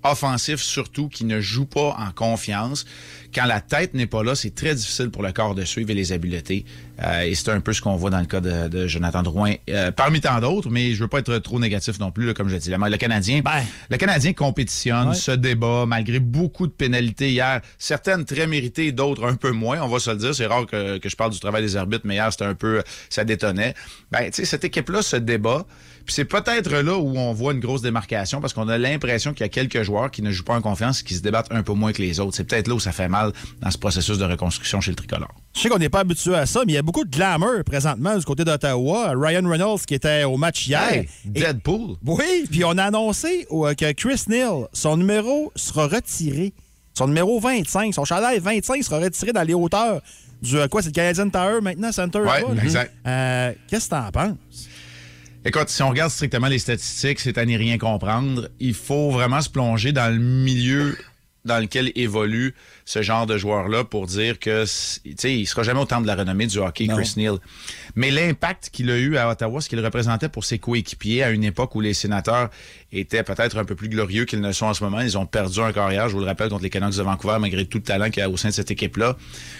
S13: offensif surtout, qui ne joue pas en confiance. Quand la tête n'est pas là, c'est très difficile pour le corps de suivre et les habiletés. Euh, et c'est un peu ce qu'on voit dans le cas de, de Jonathan Drouin, euh, parmi tant d'autres, mais je veux pas être trop négatif non plus, là, comme je l'ai dit. Le Canadien, le Canadien compétitionne,
S5: Ouais.
S13: se débat, malgré beaucoup de pénalités hier, certaines très méritées, d'autres un peu moins, on va se le dire. C'est rare que, que je parle du travail des arbitres, mais hier, c'était un peu, ça détonnait. Ben, tu sais, cette équipe-là se débat. Puis c'est peut-être là où on voit une grosse démarcation parce qu'on a l'impression qu'il y a quelques joueurs qui ne jouent pas en confiance, qui se débattent un peu moins que les autres. C'est peut-être là où ça fait mal dans ce processus de reconstruction chez le tricolore.
S5: Je sais qu'on n'est pas habitué à ça, mais il y a beaucoup de glamour présentement du côté d'Ottawa. Ryan Reynolds qui était au match hier.
S13: Hey, Deadpool.
S5: Oui, puis on a annoncé euh, que Chris Neal, son numéro sera retiré. Son numéro 25, son chandail 25 sera retiré dans les hauteurs du euh, quoi, c'est le Canadian Tower maintenant, Center.
S13: Ouais,
S5: là-bas, là?
S13: exact.
S5: Euh, Qu'est-ce que t'en penses?
S13: Écoute, si on regarde strictement les statistiques, c'est à n'y rien comprendre. Il faut vraiment se plonger dans le milieu dans lequel évolue ce genre de joueur-là pour dire que, c'est- tu sais, il sera jamais au temps de la renommée du hockey,
S5: Non.
S13: Chris Neal. Mais l'impact qu'il a eu à Ottawa, ce qu'il représentait pour ses coéquipiers à une époque où les sénateurs étaient peut-être un peu plus glorieux qu'ils ne sont en ce moment. Ils ont perdu un carrière, je vous le rappelle, contre les Canucks de Vancouver, malgré tout le talent qu'il y a au sein de cette équipe-là.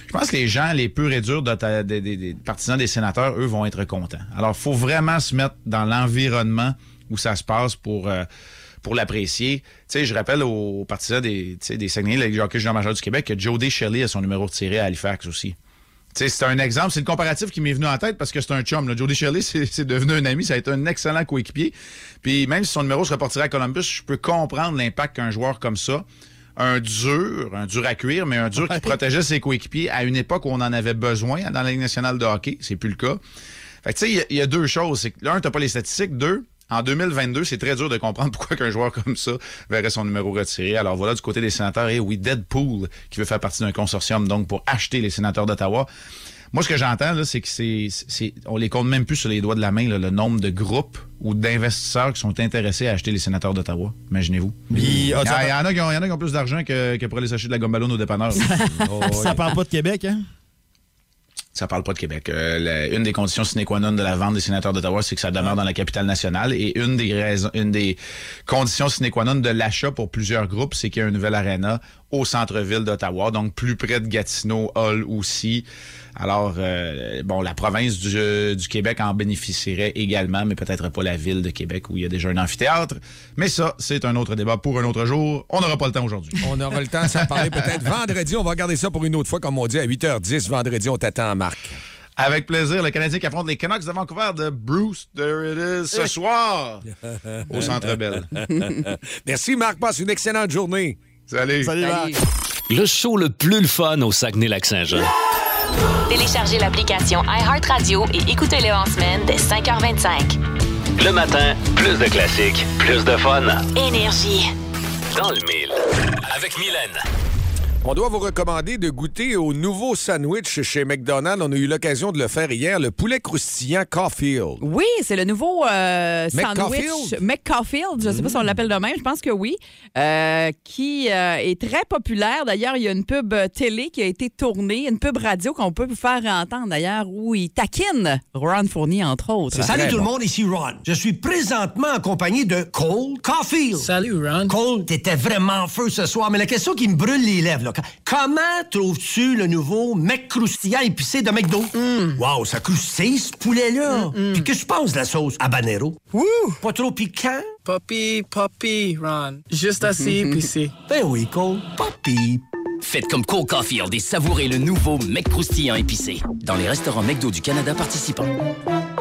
S13: Je pense que les gens, les purs et durs d'Otta- des, des- des partisans des sénateurs, eux, vont être contents. Alors, faut vraiment se mettre dans l'environnement où ça se passe pour... euh, pour l'apprécier. Tu sais, je rappelle aux partisans des, tu sais, des Saguenay, le hockey junior majeur du Québec, que Jody Shelley a son numéro retiré à Halifax aussi. Tu sais, c'est un exemple, c'est le comparatif qui m'est venu en tête parce que c'est un chum. Là. Jody Shelley, c'est c'est devenu un ami, ça a été un excellent coéquipier. Puis même si son numéro se reportera à Columbus, je peux comprendre l'impact qu'un joueur comme ça, un dur, un dur à cuire, mais un dur qui protégeait ses coéquipiers à une époque où on en avait besoin dans la Ligue nationale de hockey, c'est plus le cas. Fait que tu sais, il y a- il y, a deux choses. C'est que, l'un, t'as pas les statistiques. Deux, en 2022, c'est très dur de comprendre pourquoi qu'un joueur comme ça verrait son numéro retiré. Alors voilà, du côté des sénateurs, et oui, Deadpool, qui veut faire partie d'un consortium, donc, pour acheter les sénateurs d'Ottawa. Moi, ce que j'entends, là, c'est que c'est, c'est- on les compte même plus sur les doigts de la main, là, le nombre de groupes ou d'investisseurs qui sont intéressés à acheter les sénateurs d'Ottawa. Imaginez-vous. Il y,
S5: Ah,
S13: en a- il y en a qui ont il y en a qui ont plus d'argent que, que pour aller s'acheter de la gomme ballon au dépanneur. Oh, oui.
S5: Ça parle pas de Québec, hein?
S13: Ça parle pas de Québec. Euh, la- une des conditions sine qua non de la vente des sénateurs d'Ottawa, c'est que ça demeure dans la capitale nationale. Et une des raisons, une des conditions sine qua non de l'achat pour plusieurs groupes, c'est qu'il y a un nouvel aréna au centre-ville d'Ottawa, donc plus près de Gatineau, Hall aussi. Alors, euh, bon, la province du, du Québec en bénéficierait également, mais peut-être pas la ville de Québec où il y a déjà un amphithéâtre. Mais ça, c'est un autre débat pour un autre jour. On n'aura pas le temps aujourd'hui.
S3: On aura le temps de s'en parler peut-être vendredi. On va regarder ça pour une autre fois, comme on dit, à 8h10. Vendredi, on t'attend, Marc.
S13: Avec plaisir, le Canadien qui affronte les Canucks de Vancouver de Bruce There It Is ce soir au Centre Bell.
S3: Merci, Marc. Passe une excellente journée.
S13: Salut.
S5: Salut,
S3: Marc.
S2: Le show le plus le fun au Saguenay-Lac-Saint-Jean.
S1: Téléchargez l'application iHeartRadio et écoutez-le en semaine dès 5h25.
S2: Le matin, plus de classiques, plus de fun.
S1: Énergie.
S2: Dans le mille. Avec Mylène.
S3: On doit vous recommander de goûter au nouveau sandwich chez McDonald's. On a eu l'occasion de le faire hier, le poulet croustillant Caulfield.
S4: Oui, c'est le nouveau euh, sandwich
S3: McCaulfield.
S4: McCaulfield. Je ne sais pas
S3: Mm.
S4: si on l'appelle de même, je pense que oui, euh, qui euh, est très populaire. D'ailleurs, il y a une pub euh, télé qui a été tournée, une pub radio qu'on peut vous faire entendre d'ailleurs, où il taquine Ron Fournier, entre autres.
S14: Salut tout le monde, ici Ron. Je suis présentement accompagné de Cole Caulfield. Salut Ron. Cole, t'étais vraiment en feu ce soir, mais la question qui me brûle les lèvres, là, comment trouves-tu le nouveau mec croustillant épicé de McDo? Wow, ça croustille ce poulet-là. Puis que je pense de la sauce habanero? Ouh! Pas trop piquant? Poppy, poppy, Ron. Juste
S15: assez épicé.
S14: Ben oui, Cole. Poppy.
S16: Faites comme Cole Caulfield et savourez le nouveau mec croustillant épicé dans les restaurants McDo du Canada participants.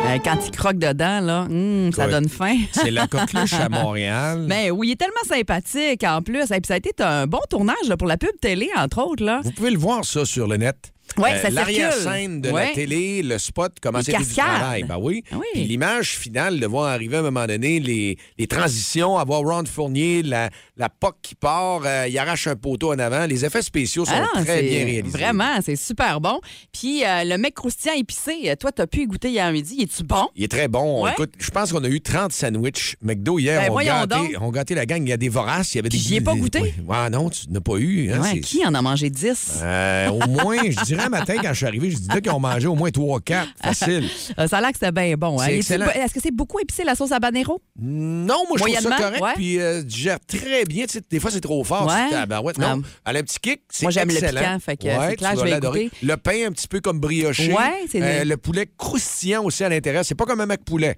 S4: Euh, quand il croque dedans, là, hum, ça
S16: Ouais.
S4: donne faim.
S16: C'est la coqueluche à
S3: Montréal.
S4: Mais oui, il est tellement sympathique en plus. Et puis ça a été un bon tournage là, pour la pub télé, entre autres. Là.
S3: Vous pouvez le voir, ça, sur le net.
S4: Ouais, ça circule.
S3: Euh, L'arrière-scène de la
S4: Ouais.
S3: télé, le spot, comment
S4: Les
S3: c'était du
S4: cascades.
S3: travail. Ben oui.
S4: Ah oui.
S3: Puis l'image finale de voir arriver à un moment donné les, les transitions, avoir Ron Fournier, la, la POC qui part, euh, il arrache un poteau en avant. Les effets spéciaux sont
S4: Ah non,
S3: très
S4: c'est-
S3: bien réalisés.
S4: Vraiment, c'est super bon. Puis euh, le mec croustillant épicé, euh, toi, t'as pu y goûter hier midi. Es-tu bon?
S3: Il est très bon.
S4: Ouais.
S3: Écoute, je pense qu'on a eu 30 sandwichs McDo hier.
S4: Ben,
S3: on,
S4: voyons
S3: gâté,
S4: donc.
S3: on gâté la gang. Il y a des voraces. Il y avait des.
S4: j'y ai pas goûté.
S3: Ouais. Ah non, tu n'as pas eu. hein,
S4: Ouais,
S3: c'est-
S4: qui en a mangé 10?
S3: Euh, au moins, je dirais un matin quand je suis arrivé, je disais qu'ils ont mangé au moins 3-4. Facile.
S4: Ah, ça a l'air que c'était bien bon. hein.
S3: C'est
S4: Est-tu
S3: excellent.
S4: pas- Est-ce que c'est beaucoup épicé la sauce habanero?
S3: Non, moi, je trouve ça
S4: Moyennement,
S3: correct.
S4: ouais.
S3: Puis, euh, tu gères très bien. Tu sais, des fois, c'est trop fort.
S4: Ouais.
S3: Tu te dis, ah, ben ouais, non. Elle a un petit kick. c'est
S4: Moi, j'aime le
S3: excellent.
S4: piquant, fait que,
S3: Ouais,
S4: c'est
S3: tu
S4: clair,
S3: vas
S4: je vais
S3: l'adorer.
S4: goûter.
S3: Le pain, un petit peu comme brioché.
S4: Ouais, c'est
S3: Euh,
S4: le-
S3: le poulet croustillant aussi à l'intérieur. C'est pas comme un mac poulet.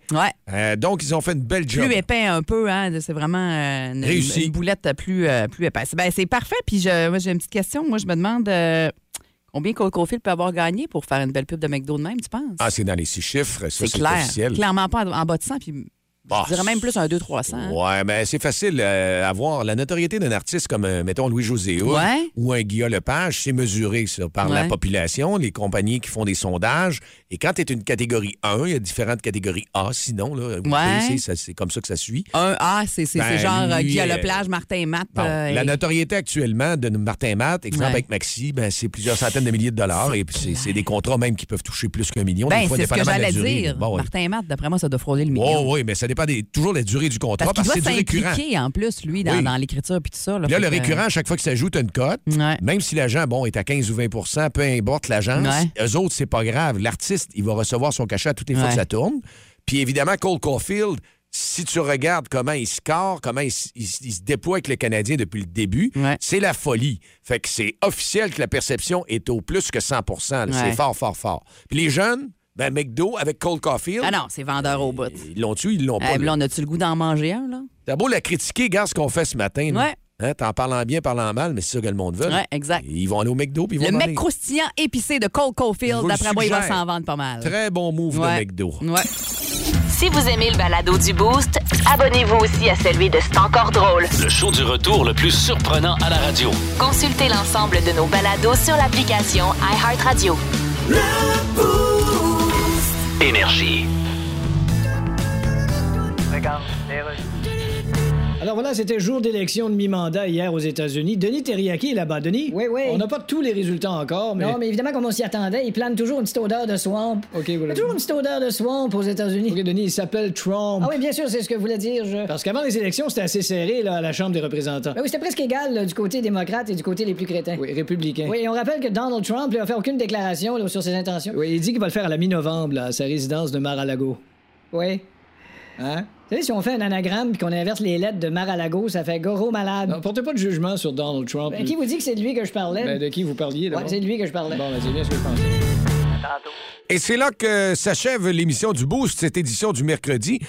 S4: Ouais.
S3: donc, ils ont fait une belle job.
S4: Plus épais un peu, hein, c'est vraiment euh, une,
S3: Réussi.
S4: une boulette plus, euh, plus épaisse. Ben, c'est parfait. Puis je- moi, j'ai une petite question. Moi, je me demande euh, combien Cole Caulfield peut avoir gagné pour faire une belle pub de McDo de même, tu penses?
S3: Ah, c'est dans les six chiffres. Ça,
S4: c'est
S3: c'est
S4: clair.
S3: officiel.
S4: Clairement pas en, en bas de 100, puis
S3: Bah,
S4: je dirais même plus un 2-300. hein.
S3: Ouais, mais c'est facile euh, à voir. La notoriété d'un artiste comme, euh, mettons, Louis-José Hood
S4: Ouais.
S3: ou un Guillaume Lepage, c'est mesuré ça, par la
S4: Ouais.
S3: population, les compagnies qui font des sondages. Et quand tu es une catégorie 1, il y a différentes catégories A, sinon, là, ou B,
S4: Ouais.
S3: c'est- ça- c'est comme ça que ça suit.
S4: Un A, c'est c'est- c'est
S3: Ben,
S4: genre euh,
S3: lui,
S4: Guy à
S3: euh,
S4: la plage, Martin et Matt.
S3: Bon,
S4: euh,
S3: La
S4: et-
S3: notoriété actuellement de Martin Matt, exemple
S4: Ouais.
S3: avec Maxi, ben, c'est plusieurs centaines de milliers de dollars et puis c'est c'est des contrats même qui peuvent toucher plus qu'un million.
S4: Ben,
S3: des fois,
S4: c'est ce que
S3: dépendamment de la
S4: j'allais
S3: durée.
S4: dire.
S3: Bon, oui.
S4: Martin et Matt, d'après moi, ça doit frauder le million.
S3: Oh, oui, mais ça dépend des- toujours de la durée du contrat
S4: Parce qu'il
S3: Ah, parce que
S4: doit
S3: c'est du récurrent.
S4: s'impliquer en plus, lui, dans,
S3: Oui.
S4: dans l'écriture puis tout ça.
S3: Puis
S4: Fait
S3: là, le
S4: que- euh,
S3: récurrent, à chaque fois que ça joue, t'as une cote. Même si l'agent, bon, est à 15 ou 20 peu importe l'agence, eux autres, c'est pas grave. L'artiste, il va recevoir son cachet à toutes les fois
S4: Ouais.
S3: que ça tourne. Puis évidemment, Cole Caulfield, si tu regardes comment il score, comment il, s- il s- il se déploie avec le Canadien depuis le début, c'est la folie. Fait que c'est officiel que la perception est au plus que 100 là.
S4: Ouais.
S3: C'est fort, fort, fort. Puis les jeunes, ben McDo avec Cole Caulfield,
S4: Ah non, c'est vendeur au bout.
S3: ils l'ont tué, ils l'ont pas.
S4: Eh,
S3: là.
S4: là, on a-tu le goût d'en manger un, là?
S3: T'as beau la critiquer, regarde ce qu'on fait ce matin. là.
S4: Ouais.
S3: Hein, T'en parlant bien, parlant mal, mais c'est ça que le monde veut.
S4: Ouais, exact.
S3: Ils vont aller au McDo puis ils
S4: Le
S3: vont
S4: mec
S3: Euh, manger.
S4: croustillant épicé de Cole
S3: Je
S4: Caulfield,
S3: vous le
S4: d'après moi, il va
S3: suggère.
S4: s'en vendre pas mal.
S3: Très bon move
S4: Ouais.
S3: de McDo.
S4: Ouais.
S1: Si vous aimez le balado du Boost, abonnez-vous aussi à celui de C'est encore drôle.
S2: Le show du retour le plus surprenant à la radio.
S1: Consultez l'ensemble de nos balados sur l'application iHeartRadio.
S2: Énergie.
S8: Alors voilà, c'était jour d'élection de mi-mandat hier aux États-Unis. Denis Terriaki est là-bas, Denis.
S9: Oui, oui.
S8: On n'a pas tous les résultats encore, mais.
S9: Non, mais évidemment, comme on s'y attendait, il plane toujours une petite odeur de swamp.
S8: OK,
S9: Il y
S8: voilà.
S9: a toujours une petite odeur de swamp aux États-Unis.
S8: OK, Denis, il s'appelle Trump.
S9: Ah oui, bien sûr, c'est ce que voulait dire. Je...
S8: Parce qu'avant les élections, c'était assez serré là, à la Chambre des représentants.
S9: Ben oui, c'était presque égal là, du côté démocrate et du côté les plus crétins.
S8: Oui, républicain.
S9: Oui, et on rappelle que Donald Trump n'a fait aucune déclaration là, sur ses intentions.
S8: Oui, il dit qu'il va le faire à la mi-novembre, là, à sa résidence de Mar-a-Lago.
S9: Oui.
S8: Hein?
S9: Vous savez, si on fait un anagramme puis qu'on inverse les lettres de Mar-a-Lago, ça fait Goro malade.
S8: Non, portez pas de jugement sur Donald Trump.
S9: Ben, qui vous dit que c'est de lui que je parlais?
S8: Ben, de qui vous parliez, là?
S9: Ouais, c'est de lui que je parlais.
S8: Bon, ben, c'est bien ce que je pensais.
S3: Et c'est là que s'achève l'émission du Boost, cette édition du mercredi.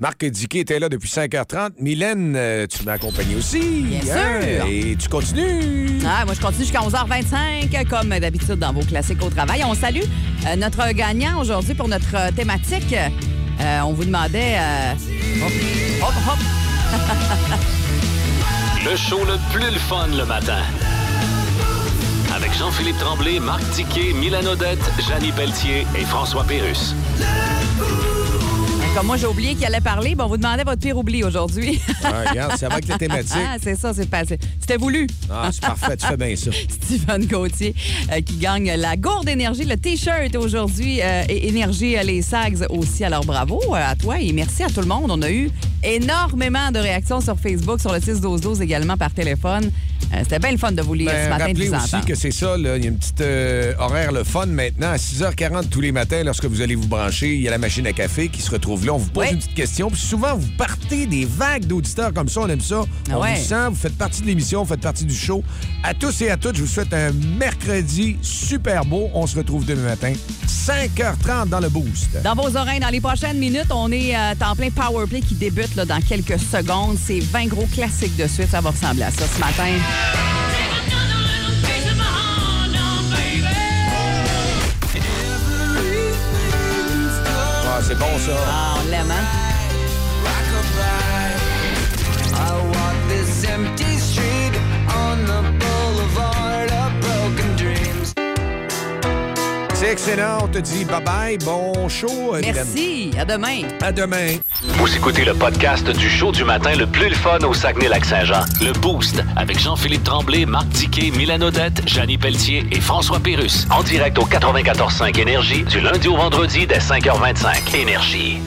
S3: Marc Diquet était là depuis 5h30. Mylène, euh, tu m'as accompagné aussi. Hein?
S4: Bien sûr.
S3: Et tu continues.
S4: Ah, moi, je continue jusqu'à 11h25, comme d'habitude dans vos classiques au travail. On salue euh, notre gagnant aujourd'hui pour notre euh, thématique. Euh, on vous demandait... euh, hop, hop, hop.
S2: Le show le plus le fun le matin. Avec Jean-Philippe Tremblay, Marc Tiquet, Milan Odette, Janine Pelletier et François Pérus.
S4: Comme moi, j'ai oublié qu'il allait parler, ben, on vous demandait votre pire oubli aujourd'hui.
S3: Ah, regarde, ça va avec la thématique.
S4: Ah, c'est ça, c'est passé. C'était voulu.
S3: Ah, c'est parfait, tu fais bien ça.
S4: Steven Gauthier euh, qui gagne la gourde énergie, le T-shirt aujourd'hui euh, et énergie, euh, les sags aussi. Alors bravo euh, à toi et merci à tout le monde. On a eu énormément de réactions sur Facebook, sur le 6-12-12 également par téléphone. Euh, C'était bien le fun de vous lire
S3: Ben,
S4: ce matin de
S3: rappelez
S4: vous
S3: aussi
S4: entendre.
S3: que c'est ça, là, il y a une petite euh, horaire le fun maintenant. À 6h40 tous les matins, lorsque vous allez vous brancher, il y a la machine à café qui se retrouve là. On vous pose une petite question. Puis souvent, vous partez des vagues d'auditeurs comme ça. On aime ça.
S4: Ah
S3: on
S4: ouais.
S3: vous sent. Vous faites partie de l'émission. Vous faites partie du show. À tous et à toutes, je vous souhaite un mercredi super beau. On se retrouve demain matin, 5h30 dans le Boost.
S4: Dans vos oreilles, dans les prochaines minutes, on est euh, en plein power play qui débute là, dans quelques secondes. C'est 20 gros classiques de suite. Ça va ressembler à ça ce matin.
S3: Ah, c'est bon, ça.
S4: Ah, on l'aime, hein?
S3: Excellent. On te dit bye-bye. Bon show. euh,
S4: Merci. À demain.
S3: Mylène. À demain.
S2: Vous écoutez le podcast du show du matin le plus le fun au Saguenay-Lac-Saint-Jean. Le Boost avec Jean-Philippe Tremblay, Marc Diquet, Milan Odette, Janine Pelletier et François Pérus. En direct au 94.5 Énergie du lundi au vendredi dès 5h25. Énergie.